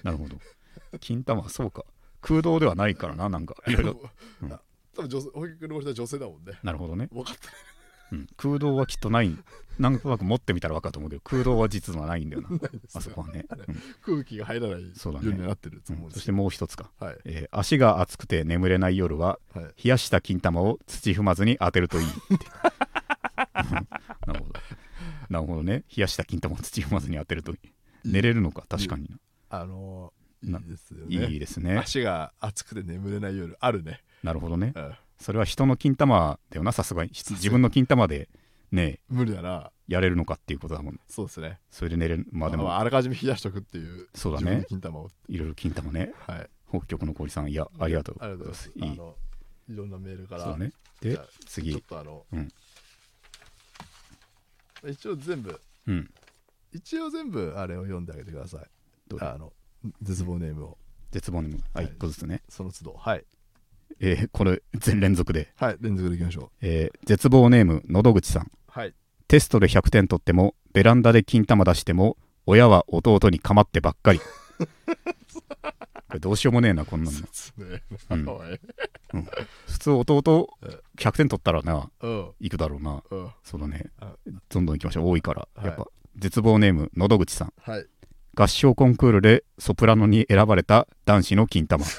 Speaker 1: なるほど金玉はそうか空洞ではないからななんかいろいろうん
Speaker 2: あ多分女性保育の人は女性だもんね
Speaker 1: なるほどね、
Speaker 2: 分かったね
Speaker 1: うん、空洞はきっとないなんとなく持ってみたら分かると思うけど空洞は実はないんだよなあそこはね、うん
Speaker 2: 空気が入らないよ
Speaker 1: そうだ
Speaker 2: う
Speaker 1: ね
Speaker 2: になってると
Speaker 1: う
Speaker 2: 思
Speaker 1: ん
Speaker 2: うんで
Speaker 1: そし
Speaker 2: す
Speaker 1: て
Speaker 2: よ
Speaker 1: もう一つか、
Speaker 2: はい
Speaker 1: えー足が熱くて眠れない夜は
Speaker 2: はい
Speaker 1: 冷やした金玉を土踏まずに当てるといいってなるほどなるほどね冷やした金玉を土踏まずに当てるといい寝れるのか確かに
Speaker 2: あのー
Speaker 1: ない
Speaker 2: いですよ
Speaker 1: い
Speaker 2: ね
Speaker 1: いですね
Speaker 2: 足が熱くて眠れない夜あるね
Speaker 1: なるほどね
Speaker 2: うん
Speaker 1: それは人の金玉だよなさすがに
Speaker 2: がに
Speaker 1: 自分の金玉でね
Speaker 2: 無理だな
Speaker 1: やれるのかっていうことだもん
Speaker 2: そうですね
Speaker 1: それで寝れるまあで
Speaker 2: ま
Speaker 1: も
Speaker 2: ああらかじめ冷やしとくっていう
Speaker 1: そうだね
Speaker 2: 自分の金玉を
Speaker 1: いろいろ金玉ね
Speaker 2: はいあ
Speaker 1: 北極の氷さんいやありがとう
Speaker 2: りがとうございます
Speaker 1: い
Speaker 2: あ
Speaker 1: い
Speaker 2: のいろんなメールか
Speaker 1: そう
Speaker 2: ら
Speaker 1: だね
Speaker 2: じ
Speaker 1: で
Speaker 2: ゃあちょっ
Speaker 1: 次
Speaker 2: とあの
Speaker 1: うん
Speaker 2: 一応全部
Speaker 1: うん
Speaker 2: 一応全部あれを読んであげてください
Speaker 1: どうだ
Speaker 2: あの絶望ネームを
Speaker 1: 絶望にもあ
Speaker 2: はい
Speaker 1: 1個ずつね
Speaker 2: その都度はい
Speaker 1: えーこれ全連続で
Speaker 2: はい連続でいきましょう
Speaker 1: えー絶望ネームのどぐちさん
Speaker 2: はい
Speaker 1: テストで100点取ってもベランダで金玉出しても親は弟に構ってばっ かりこれどうしようもねえなこんなの
Speaker 2: ですね
Speaker 1: うん
Speaker 2: おい
Speaker 1: 普通弟100点取ったらな
Speaker 2: うん
Speaker 1: いくだろうな
Speaker 2: うん
Speaker 1: そうだね
Speaker 2: あ
Speaker 1: どんどん行きましょう多いから、
Speaker 2: はい
Speaker 1: やっぱ絶望ネームのどぐちさん
Speaker 2: はい
Speaker 1: 合唱コンクールでソプラノに選ばれた男子の金玉こ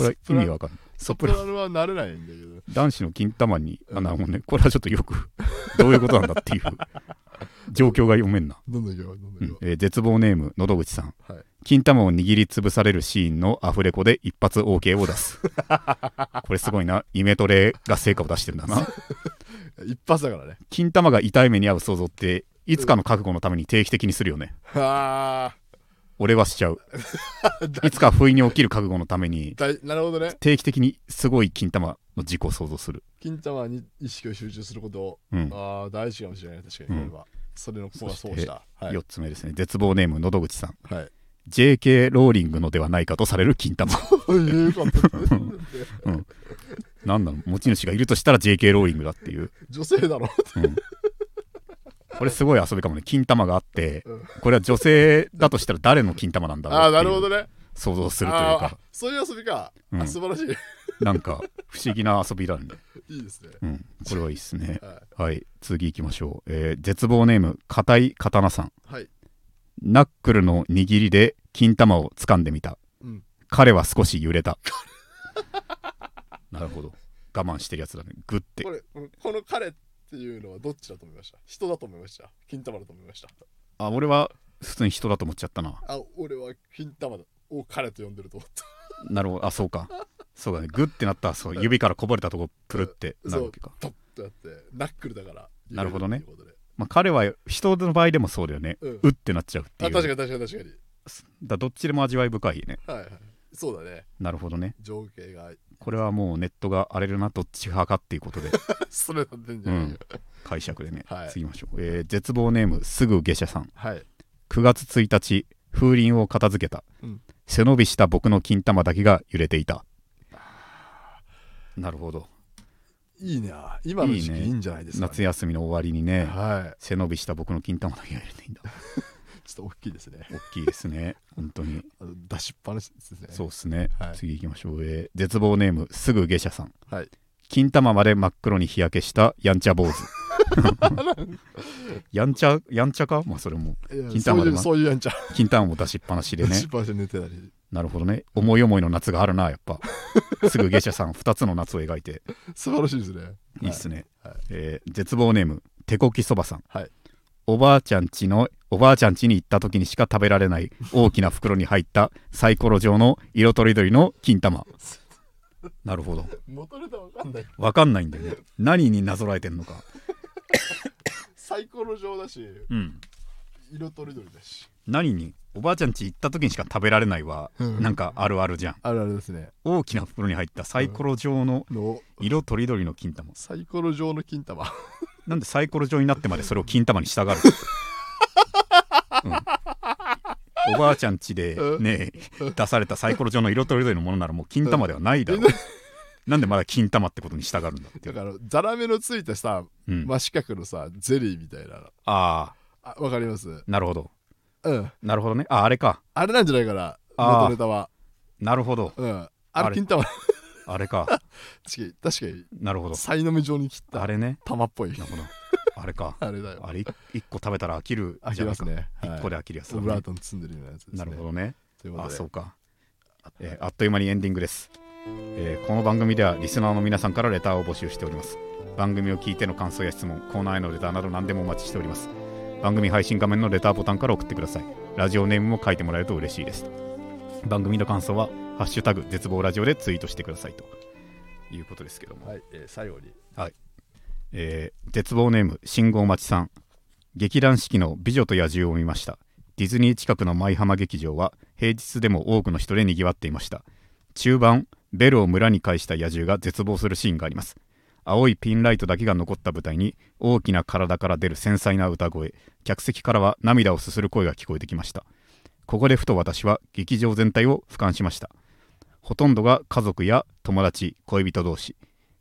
Speaker 1: れは意味がわかんないソ
Speaker 2: プ
Speaker 1: プ
Speaker 2: ラ
Speaker 1: ラ
Speaker 2: ノはなれないんだけど
Speaker 1: 男子の金玉にあ
Speaker 2: うん
Speaker 1: なるほどねこれはちょっとよくどういうことなんだっていう状況が読めんな、
Speaker 2: どんどんいけようどんど
Speaker 1: うん
Speaker 2: い
Speaker 1: ん
Speaker 2: けよ
Speaker 1: えー絶望ネームのどぐちさん
Speaker 2: うはい
Speaker 1: 金玉を握りつぶされるシーンのアフレコで一発 OK を出すこれすごいなイメトレが成果を出してるんだな
Speaker 2: 一発だからね
Speaker 1: 金玉が痛い目に遭う想像っていつかの覚悟のために定期的にするよね
Speaker 2: あ
Speaker 1: 俺はしちゃ う
Speaker 2: あだ
Speaker 1: いつか不意に起きる覚悟のために
Speaker 2: だいなるほどね
Speaker 1: 定期的にすごい金玉の事故を想像する
Speaker 2: 金玉に意識を集中することを
Speaker 1: うん
Speaker 2: ああ大事かもしれない確かにこれはそれの子がそうしたはい
Speaker 1: 4つ目ですね絶望ネームのどぐちさん
Speaker 2: はい
Speaker 1: JK ローリングのではないかとされる金玉
Speaker 2: よかった
Speaker 1: なんなの持ち主がいるとしたら JK ローリングだっていう
Speaker 2: 女性 だろ
Speaker 1: これすごい遊びかもね金玉があって
Speaker 2: うん
Speaker 1: これは女性だとしたら誰の金玉なんだろう
Speaker 2: ああ
Speaker 1: ってい
Speaker 2: な
Speaker 1: う
Speaker 2: るほどね
Speaker 1: 想像するという
Speaker 2: あ
Speaker 1: か
Speaker 2: あ、そういう遊びか
Speaker 1: う
Speaker 2: あ
Speaker 1: ん
Speaker 2: 素晴らしい
Speaker 1: なんか不思議な遊びなんで、
Speaker 2: いいですね
Speaker 1: うん、これはいいですね
Speaker 2: は
Speaker 1: はい次行きましょう、えー絶望ネーム硬い刀さん
Speaker 2: いはい
Speaker 1: ナックルの握りで金玉を掴んでみた
Speaker 2: うん
Speaker 1: 彼は少し揺れたなるほど我慢してるやつだねグッて
Speaker 2: これこのこの彼っていうのはどっちだと思いました人だと思いました金玉だと思いました
Speaker 1: あ俺は普通に人だと思っちゃったな
Speaker 2: あ俺は金玉を彼と呼んでると思った
Speaker 1: なるほどあそうかそうだねグッてなったらそう指からこぼれたとこプルってなるわけか、
Speaker 2: パッとやってナックルだから
Speaker 1: なるほどね
Speaker 2: 揺れるっていう
Speaker 1: まあ、彼は人の場合でもそうだよね、
Speaker 2: うん
Speaker 1: うってなっちゃうってい
Speaker 2: こ
Speaker 1: う
Speaker 2: とであ確かに確かに確か
Speaker 1: だどっちでも味わい深いね
Speaker 2: にはいはいそうだね
Speaker 1: なるほどね
Speaker 2: 情景が
Speaker 1: これはもうネットが荒れるなどっち派かっていうことで
Speaker 2: それなんでんじゃないよ、
Speaker 1: 解釈でね、
Speaker 2: はい
Speaker 1: 次行きましょう、えー絶望ネームすぐ下車さん
Speaker 2: はい
Speaker 1: 9月1日風鈴を片付けた、
Speaker 2: うん
Speaker 1: 背伸びした僕の金玉だけが揺れていたなるほど
Speaker 2: いいな今の時期
Speaker 1: いい
Speaker 2: い
Speaker 1: ね
Speaker 2: いんじゃないですか、ね
Speaker 1: 夏休みの終わりにね
Speaker 2: は
Speaker 1: 背伸びした僕の金玉だけが揺れていた
Speaker 2: いちょっと大きいですね
Speaker 1: 大きいです ね本当に
Speaker 2: あの出しっぱなしですね
Speaker 1: そうですね、
Speaker 2: はい
Speaker 1: 次行きましょう、えー絶望ネームすぐ下車さん
Speaker 2: はい
Speaker 1: 金玉まで真っ黒に日焼けしたやんちゃ 坊主やんちゃやんちゃかまあそれも
Speaker 2: いや
Speaker 1: 金玉
Speaker 2: そうい
Speaker 1: で
Speaker 2: う
Speaker 1: も
Speaker 2: そういうやんちゃ
Speaker 1: 金玉も出しっぱなしで
Speaker 2: 出
Speaker 1: ね
Speaker 2: しっぱなしで寝てたり
Speaker 1: なるほどね思い思いの夏があるなやっ ぱすぐ下車さん2つの夏を描いて
Speaker 2: 素晴らしいですね
Speaker 1: いいっすね、
Speaker 2: はい
Speaker 1: えー絶望ネーム手こきそばさん、
Speaker 2: はい
Speaker 1: おばあちゃんちのおばあちゃん家に行った時にしか食べられない大きな袋に入ったサイコロ状の色とりどりの金玉 なるほど
Speaker 2: 元ネタわかんない
Speaker 1: わかんないんだよね何になぞらえてんのか
Speaker 2: サイコロ状だし
Speaker 1: うん
Speaker 2: 色とりどりだし
Speaker 1: 何におばあちゃん家行った時にしか食べられないは、
Speaker 2: うん
Speaker 1: なんかあるあるじゃん
Speaker 2: あるあるですね
Speaker 1: 大きな袋に入ったサイコロ状の
Speaker 2: の
Speaker 1: 色とりどりの金玉
Speaker 2: サイコロ状の金玉
Speaker 1: なんでサイコロ状になってまでそれを金玉に従う、うんおばあちゃん家でね出されたサイコロ状の色とりどりのものならもう金玉ではないだろうなんでまだ金玉ってことに従 うんだってい
Speaker 2: だ
Speaker 1: う、
Speaker 2: からザラメのついたさ
Speaker 1: うん
Speaker 2: 真四角のさゼリーみたいな
Speaker 1: ああ
Speaker 2: あわかります
Speaker 1: なるほど
Speaker 2: うん
Speaker 1: なるほどねああれか
Speaker 2: あれなんじゃないかな
Speaker 1: あー
Speaker 2: 元ネタは
Speaker 1: なるほど
Speaker 2: うん
Speaker 1: あ
Speaker 2: あ
Speaker 1: れ
Speaker 2: れ金玉
Speaker 1: あれか
Speaker 2: 確かに確かに
Speaker 1: なるほど
Speaker 2: サイの目状に切った
Speaker 1: あれね
Speaker 2: 玉っぽい
Speaker 1: なるほどあれか
Speaker 2: あれだよ
Speaker 1: あれ1個食べたら飽きる
Speaker 2: あ
Speaker 1: じ
Speaker 2: き
Speaker 1: ゃない
Speaker 2: ま
Speaker 1: か
Speaker 2: すね
Speaker 1: 1個で
Speaker 2: で
Speaker 1: 飽きるやつだ
Speaker 2: オ
Speaker 1: ね
Speaker 2: ブラートに包んでるようなやつですね
Speaker 1: なるほどね
Speaker 2: というこ
Speaker 1: あ
Speaker 2: とで
Speaker 1: そうか、えーあっという間にエンディングです、えーこの番組ではリスナーの皆さんからレターを募集しております番組を聞いての感想や質問コーナーへのレターなど何でもお待ちしております番組配信画面のレターボタンから送ってくださいラジオネームも書いてもらえると嬉しいです番組の感想は「ハッシュタグ絶望ラジオ」でツイートしてくださいということですけども、
Speaker 2: はい、えー最後に
Speaker 1: えー絶望ネーム信号待ちさん劇団四季の「美女と野獣」を見ましたディズニー近くの舞浜劇場は平日でも多くの人でにぎわっていました中盤ベルを村に返した野獣が絶望するシーンがあります青いピンライトだけが残った舞台に大きな体から出る繊細な歌声客席からは涙をすする声が聞こえてきましたここでふと私は劇場全体を俯瞰しましたほとんどが家族や友達恋人同士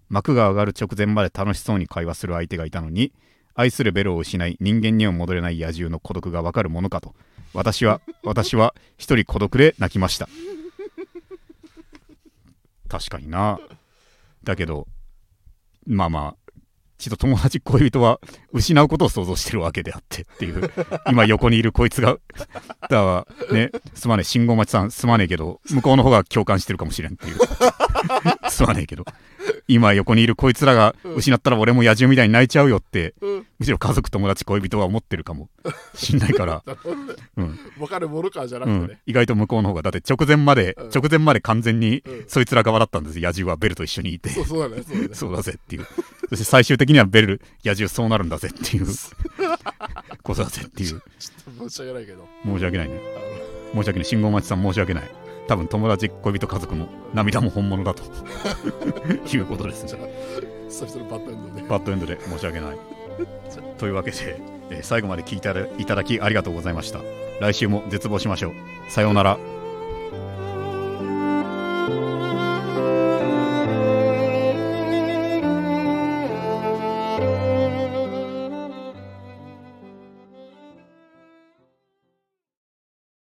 Speaker 1: 幕が上がる直前まで楽しそうに会話する相手がいたのに愛するベロを失い人間には戻れない野獣の孤独がわかるものかと私は私は一人孤独で泣きました確かになだけどまあまあちょっと友達恋人は失うことを想像してるわけであってっていう今横にいるこいつがだからねすまねえ信号待ちさんすまねえけど向こうの方が共感してるかもしれんっていうすまねえけど今横にいるこいつらが失ったら俺も野獣みたいに泣いちゃうよって、
Speaker 2: うん
Speaker 1: むしろ家族友達恋人は思ってるか もしんないから、
Speaker 2: なるほどね
Speaker 1: うん
Speaker 2: 分かるものかじゃな
Speaker 1: う
Speaker 2: くて
Speaker 1: ん
Speaker 2: ね、
Speaker 1: 意外と向こうの方がだって直前まで、
Speaker 2: うん
Speaker 1: 直前まで完全に
Speaker 2: うん
Speaker 1: そいつら側だったんですよ野獣はベルと一緒にいて
Speaker 2: そうそうだ ねそうだね
Speaker 1: そうだぜっていうそして最終的にはベル野獣そうなるんだぜっていう ことだぜっていう
Speaker 2: ちょっと申し訳ないけど
Speaker 1: 申し訳ないね
Speaker 2: あの
Speaker 1: 申し訳ない信号待ちさん申し訳ない多分友達恋人家族も涙も本物 だということですね
Speaker 2: じゃあそしてのバッドエンドで
Speaker 1: バッドエンドで申し訳ない。 というわけで、えー最後まで聞いていただきありがとうございました。来週も絶望しましょう。さようなら。